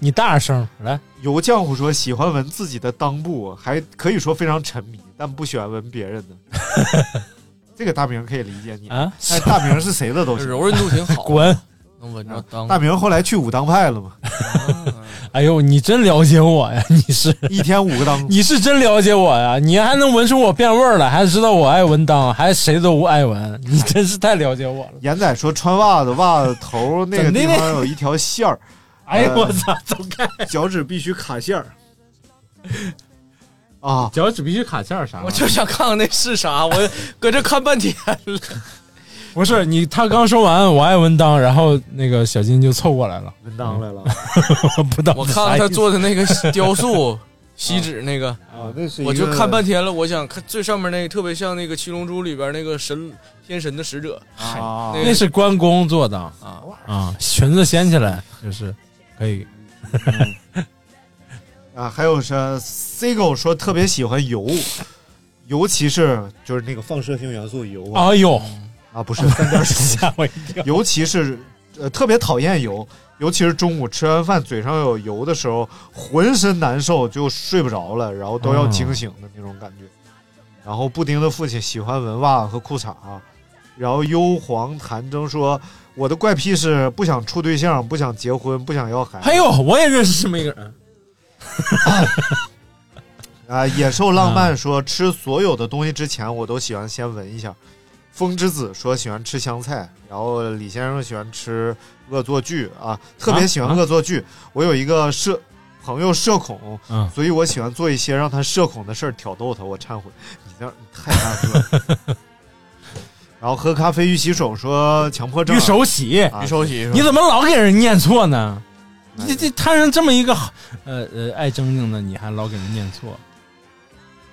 S7: 你大点声来，
S6: 油浆糊说喜欢闻自己的裆部，还可以说非常沉迷，但不喜欢闻别人的。这个大明可以理解 你，
S7: 啊，
S6: 但大明是谁的都 行。
S8: 柔韧度挺好，
S7: 滚！
S8: 能闻着当。
S6: 大明后来去武当派了嘛，
S7: 哎呦，你真了解我呀，你是。
S6: 一天五个裆。
S7: 你是真了解我呀！你还能闻出我变味儿来，还知道我爱闻裆，还谁都爱闻，你真是太了解我了。
S6: 严仔说穿袜子，袜子头那个地方有一条线儿，
S7: 哎呦我操，走开！
S6: 脚趾必须卡线儿。啊，
S7: 脚趾必须卡线儿啥？
S8: 我就想看看那是啥，我搁这看半天了。
S7: 不是你，他刚说完我爱文当，然后那个小金就凑过来了，
S6: 文当来了，
S7: 我不懂。
S8: 我看看他做的那个雕塑，锡纸那个，
S6: 啊，那
S7: 嗯
S6: 是一个
S8: 我就看半天了。我想看最上面那个，特别像那个《七龙珠》里边那个神天神的使者，
S6: 啊，
S8: 那
S7: 那是关公做的
S8: 啊，
S7: 啊，裙子掀起来就是可以。
S6: 啊，还有是 C 狗说特别喜欢油，尤其是就是那个放射性元素油
S8: 哦
S6: 啊，
S7: 哎呦，
S6: 啊不是三点水，
S7: 吓我一跳！
S6: 尤其是呃特别讨厌油，尤其是中午吃完饭嘴上有油的时候，浑身难受就睡不着了，然后都要惊醒的那种感觉。然后布丁的父亲喜欢文袜和裤衩，然后幽皇谭征说我的怪癖是不想处对象，不想结婚，不想要孩子。
S7: 哎呦，我也认识这么一个人。
S6: 啊，野兽浪漫说、吃所有的东西之前，我都喜欢先闻一下。风之子说喜欢吃香菜，然后李先生喜欢吃恶作剧啊，特别喜欢恶作剧。我有一个社朋友社恐，
S7: 嗯
S6: 所以我喜欢做一些让他社恐的事儿挑逗他。我忏悔，你这样你太大个了。然后喝咖啡遇洗手说强迫症啊、
S7: 玉手洗，
S6: 啊
S8: 你手洗是吧
S7: 你怎么老给人念错呢？
S6: 哎
S7: 这这他人这么一个好呃呃爱正经的，你还老给人念错，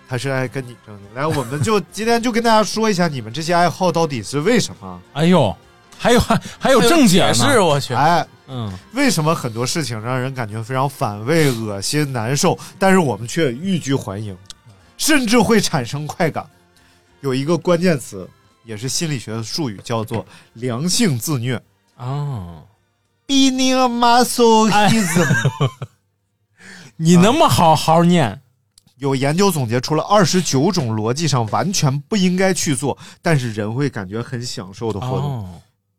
S6: 他是爱跟你争的。来，我们就今天就跟大家说一下你们这些爱好到底是为什么？
S7: 哎呦，还有还还有正解呢，
S8: 是我去，
S6: 哎，
S7: 嗯，
S6: 为什么很多事情让人感觉非常反胃、恶心、难受，但是我们却欲拒还迎，甚至会产生快感？有一个关键词，也是心理学的术语，叫做“良性自虐
S7: 哦，”
S6: b i n i masochism）。
S7: 你能不能好好念？
S6: 有研究总结出了二十九种逻辑上完全不应该去做，但是人会感觉很享受的活动。
S7: 哦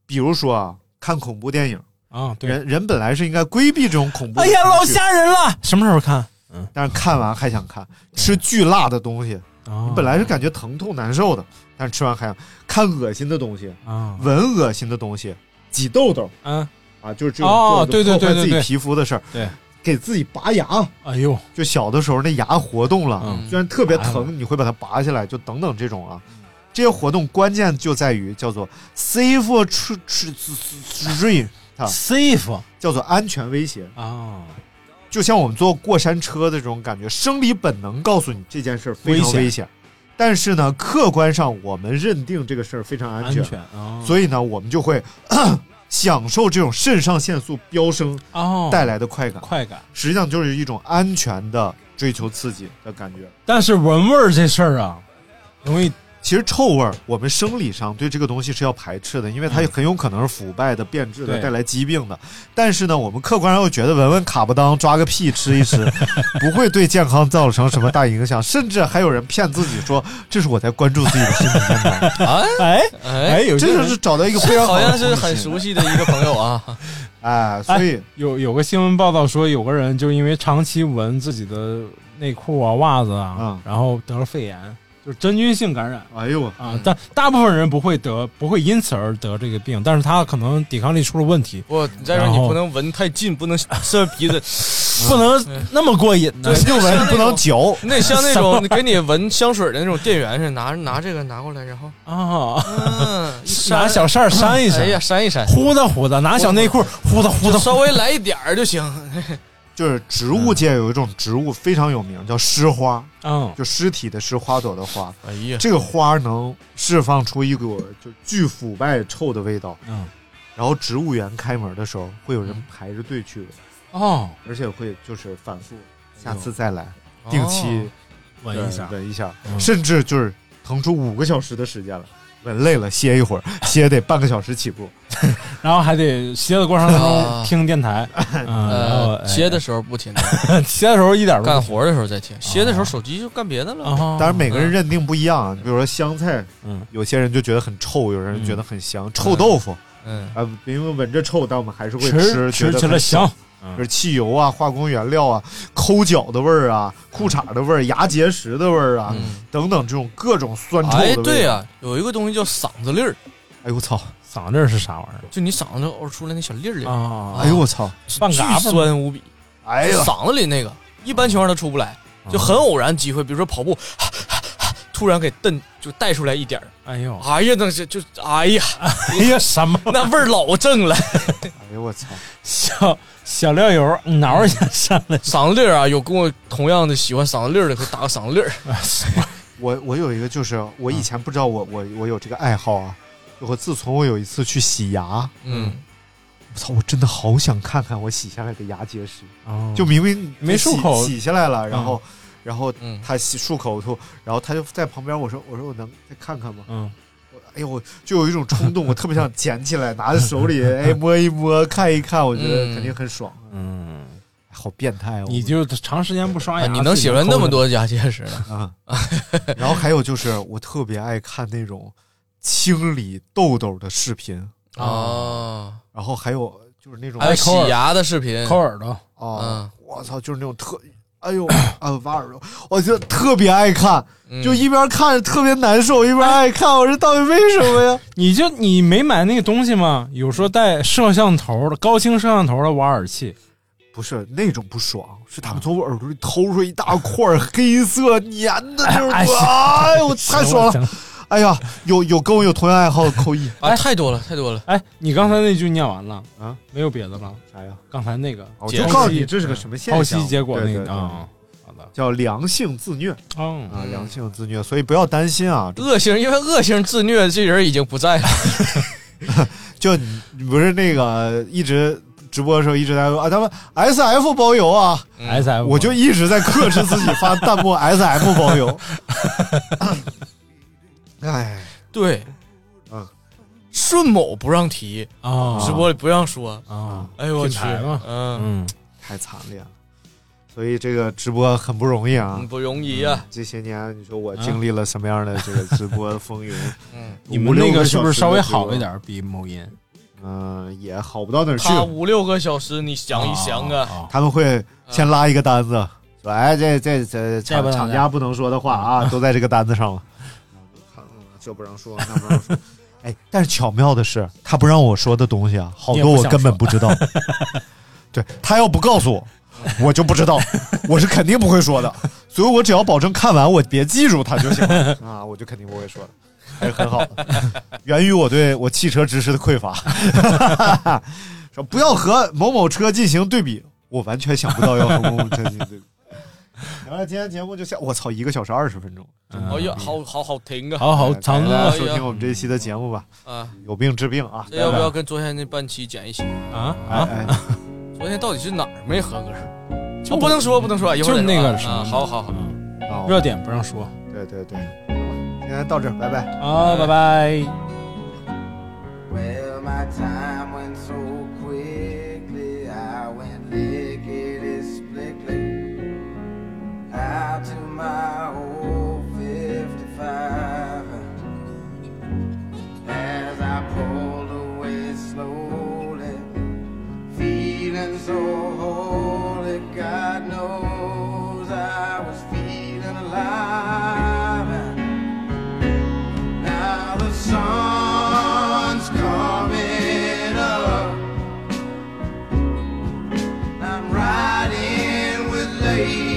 S6: 比如说啊，看恐怖电影，
S7: 啊，对，
S6: 人人本来是应该规避这种恐怖。
S7: 哎呀，老！吓人了，什么时候看？
S6: 但是看完还想看，吃巨辣的东西。
S7: 哦
S6: 本来是感觉疼痛难受的，但是吃完还想看恶心的东西，
S7: 啊，
S6: 闻恶心的东西，挤痘痘
S7: 嗯，
S6: 啊，就是这种
S7: 哦
S6: 各种
S7: 对对对
S6: 破坏
S7: 对
S6: 自己
S7: 对
S6: 皮肤的事儿，
S7: 对，
S6: 给自己拔牙，
S7: 哎呦，
S6: 就小的时候那牙活动了，
S7: 嗯
S6: 虽然特别
S7: 拔了
S6: 疼，你会把它拔下来，就等等这种啊。这些活动关键就在于叫做 safe tr- tr- tr- tr- 啊
S7: safe
S6: 叫做安全威胁，
S7: 啊，
S6: 就像我们坐过山车的这种感觉，生理本能告诉你这件事儿非常
S7: 危险
S6: 危险，但是呢，客观上我们认定这个事儿非常安全，
S7: 安全啊，
S6: 所以呢，我们就会 咳享受这种肾上腺素飙升
S7: 哦
S6: 带来的快感，
S7: 快感。
S6: 实际上就是一种安全的追求刺激的感觉。
S7: 但是闻味儿这事儿啊，容易
S6: 其实臭味儿，我们生理上对这个东西是要排斥的，因为它
S7: 嗯
S6: 很有可能是腐败的、变质的、
S7: 对
S6: 带来疾病的。但是呢，我们客观上又觉得闻闻卡不当、抓个屁吃一吃， 不会对健康造成什么大影响。甚至还有人骗自己说这是我在关注自己的身体 健康，
S8: 哎
S7: 哎
S8: 哎
S7: 哎，，有些
S6: 这就
S7: 人
S6: 是找到一个非常好
S8: 好
S6: 的
S8: 像是
S6: 同理
S8: 很
S6: 心
S8: 熟悉的一个朋友啊，
S6: 哎，所以、
S7: 有有个新闻报道说，有个人就因为长期闻自己的内裤啊、袜子啊，
S6: 嗯
S7: 然后得了肺炎，就是真菌性感染。
S6: 哎呦我
S7: 啊，但大部分人不会得，不会因此而得这个病，但是他可能抵抗力出了问题，
S8: 我你再说你不能闻太近，不能塞鼻子，
S7: 不能那么过瘾呢。
S6: 就闻不能嚼，
S8: 你得 像那种给你闻香水的那种店员似的，拿拿这个拿过来，然 后
S7: 啊，
S8: 嗯，一
S7: 拿
S8: 扇
S7: 小扇儿扇一
S8: 哎
S7: 扇，
S8: 呀扇一扇，
S7: 呼的呼的，拿小内裤呼的呼
S8: 就
S7: 的，
S8: 稍微来一点儿就行。
S6: 就是植物界有一种植物非常有名，叫尸花，
S7: 嗯，
S6: 就尸体的尸，花朵的花。
S8: 哎呀，
S6: 这个花能释放出一股就巨腐败臭的味道。
S7: 嗯，
S6: 然后植物园开门的时候，会有人排着队去闻，
S7: 哦，
S6: 而且会就是反复，下次再来，定期
S7: 哦闻一下，
S6: 闻一下，
S7: 嗯
S6: 甚至就是腾出五个小时的时间来。闻累了歇一会儿， 歇得半个小时起步。
S7: 然后还得歇的过程当中
S8: 啊
S7: 听电台，嗯，然后
S8: 呃，歇的
S7: 时
S8: 时候不听，
S7: 候，歇的时候一点儿不
S8: 干活的时候再听，歇的时候手机就干别的了。
S7: 啊，
S6: 当然，每个人认定不一样啊。比如说香菜，
S7: 嗯
S6: 有些人就觉得很臭，有人觉得很香。臭豆腐
S8: 嗯，
S6: 啊，因为闻着臭，但我们还是会
S7: 吃
S6: 吃，觉
S7: 吃
S6: 得
S7: 起来
S6: 很
S7: 香，
S6: 就是汽油啊、化工原料啊、抠脚的味儿啊、裤衩的味儿、牙结石的味儿啊，
S8: 嗯
S6: 等等这种各种酸臭的味
S8: 哎
S6: 儿。
S8: 对，啊，有一个东西叫嗓子粒儿，
S6: 哎呦我操，
S7: 嗓子是啥玩意儿？
S8: 就你嗓子偶尔出来那小粒儿粒儿
S7: 啊
S6: 哎呦我操，
S7: 半
S8: 巨
S7: 嘎巴
S8: 酸无比。
S6: 哎呀，
S8: 嗓子里那个，一般情况下它出不来，就很偶然机会，比如说跑步， 突然给蹬就带出来一点儿，
S7: 哎呦，
S8: 哎呀，那是就哎呀，
S7: 哎呀，什么
S8: 那味儿老正了。
S6: 哎呦我操，
S7: 小小料油挠一下上 来，
S8: 嗓子粒儿啊，有跟我同样的喜欢嗓子粒儿的，可以打个嗓子粒儿。
S6: 啊我我有一个就是我以前不知道我我我有这个爱好啊，我自从我有一次去洗牙，我
S8: 嗯，
S6: 操，我真的好想看看我洗下来的牙结石，
S7: 哦
S6: 就明明
S7: 没漱
S6: 洗
S7: 口
S6: 洗下来了，然后。然后
S8: 嗯
S6: 他洗漱口吐，然后他就在旁边，我说我说我能再看看吗？
S7: 嗯，
S6: 哎呦，我就有一种冲动，我特别想捡起来，拿在手里，哎摸一摸，看一看，我觉得
S8: 嗯
S6: 肯定很爽。
S7: 嗯，
S6: 好变态哦！
S7: 你就长时间不刷牙，
S8: 啊你能写出来那么多牙结石呢？
S6: 啊，然后还有就是，我特别爱看那种清理痘痘的视频，
S8: 啊，
S6: 然后还有就是那种
S8: 还有洗牙的视频
S7: 抠耳朵？
S6: 啊
S8: 嗯，
S6: 我操，就是那种特，哎呦 啊挖耳朵，我就特别爱看，
S8: 嗯
S6: 就
S8: 啊
S6: 一边看着特别难受，一边爱看，我这到底为什么呀？
S7: 你就你没买那个东西吗？有说带摄像头的高清摄像头的挖耳器，
S6: 不是那种不爽，是他们从我耳朵里掏出一大块儿黑色粘的，就是
S7: 哎
S6: 哎呦，太爽了！
S7: 行！
S6: 哎呀，有有跟我有同样爱好的扣一，
S8: 啊，太多了，太多了。
S7: 哎，你刚才那句念完了
S6: 啊？哦
S7: 没有别的了？
S6: 啥哎呀？
S7: 刚才那个
S6: 我
S8: 解
S6: 就
S8: 释
S6: 告诉你这是个什么现象，
S7: 剖析结果那
S6: 对对
S7: 个
S6: 对
S7: 啊，好的，
S6: 叫良性自虐
S7: 嗯
S6: 啊，
S8: 嗯
S6: 良性自虐，所以不要担心啊，
S8: 恶性，因为恶性自虐这人已经不在了。
S6: 就你你不是那个一直直播的时候一直在说啊，他们 S F 包邮啊，
S7: 嗯，S F，
S6: 我就一直在克制自己发弹幕 S F 包 邮，哎，
S8: 对，啊
S6: 嗯，
S8: 顺某不让提，
S7: 啊
S8: 直播里不让说。
S7: 啊，
S8: 哎呦我去
S7: 品牌嘛，
S8: 嗯，
S7: 嗯，
S6: 太惨烈了，所以这个直播很不容易啊。
S8: 嗯不容易啊。
S6: 这些年，你说我经历了什么样的这个直播风云？
S8: 嗯，
S7: 你们那个是不是稍微好一？点？比某音
S6: 嗯、也好不到哪儿去。
S8: 他五六个小时，你想一想啊，
S7: 啊，
S6: 他们会先拉一个单子，说：“哎，这这这
S7: 这不
S6: 厂
S7: 能
S6: 厂家不能说的话
S8: 嗯
S6: 啊，都在这个单子上了。”这不让说，那不让说。 哎，但是巧妙的是，他不让我说的东西啊，好多我根本不知道。对他要不告诉我，我就不知道，我是肯定不会说的。所以我只要保证看完，我别记住它就行了 啊，我就肯定不会说的，还是很好的。源于我对我汽车知识的匮乏。 说不要和某某车进行对比，我完全想不到要和某某车进行对比。然后今天节目就下，我操，一个小时二十分钟。
S8: 哎呀，好好好听啊！
S7: 好好长
S6: 大
S7: 啊
S6: 家收听我们这一期的节目吧，
S8: 啊，
S6: 有病治病啊！
S8: 这要不要跟昨天那半期剪一起？
S7: 啊
S6: 哎
S7: 啊！
S6: 哎，
S8: 昨天到底是哪儿没合格？就不能说，不能说，一会儿
S7: 就
S8: 再
S7: 那
S8: 说啊
S7: 个什么
S8: 啊，好好好。
S6: 好
S7: 热点不让说
S6: 哦对对对，今天到这儿，拜拜。
S7: 啊，拜拜。
S9: Well, my time went so quickly, I went lickety splickly out to my old 55. As I pulled away slowly, feeling so holy, God knows I was feeling alive. Now the sun's coming up. I'm riding with lady. Oh, Oh,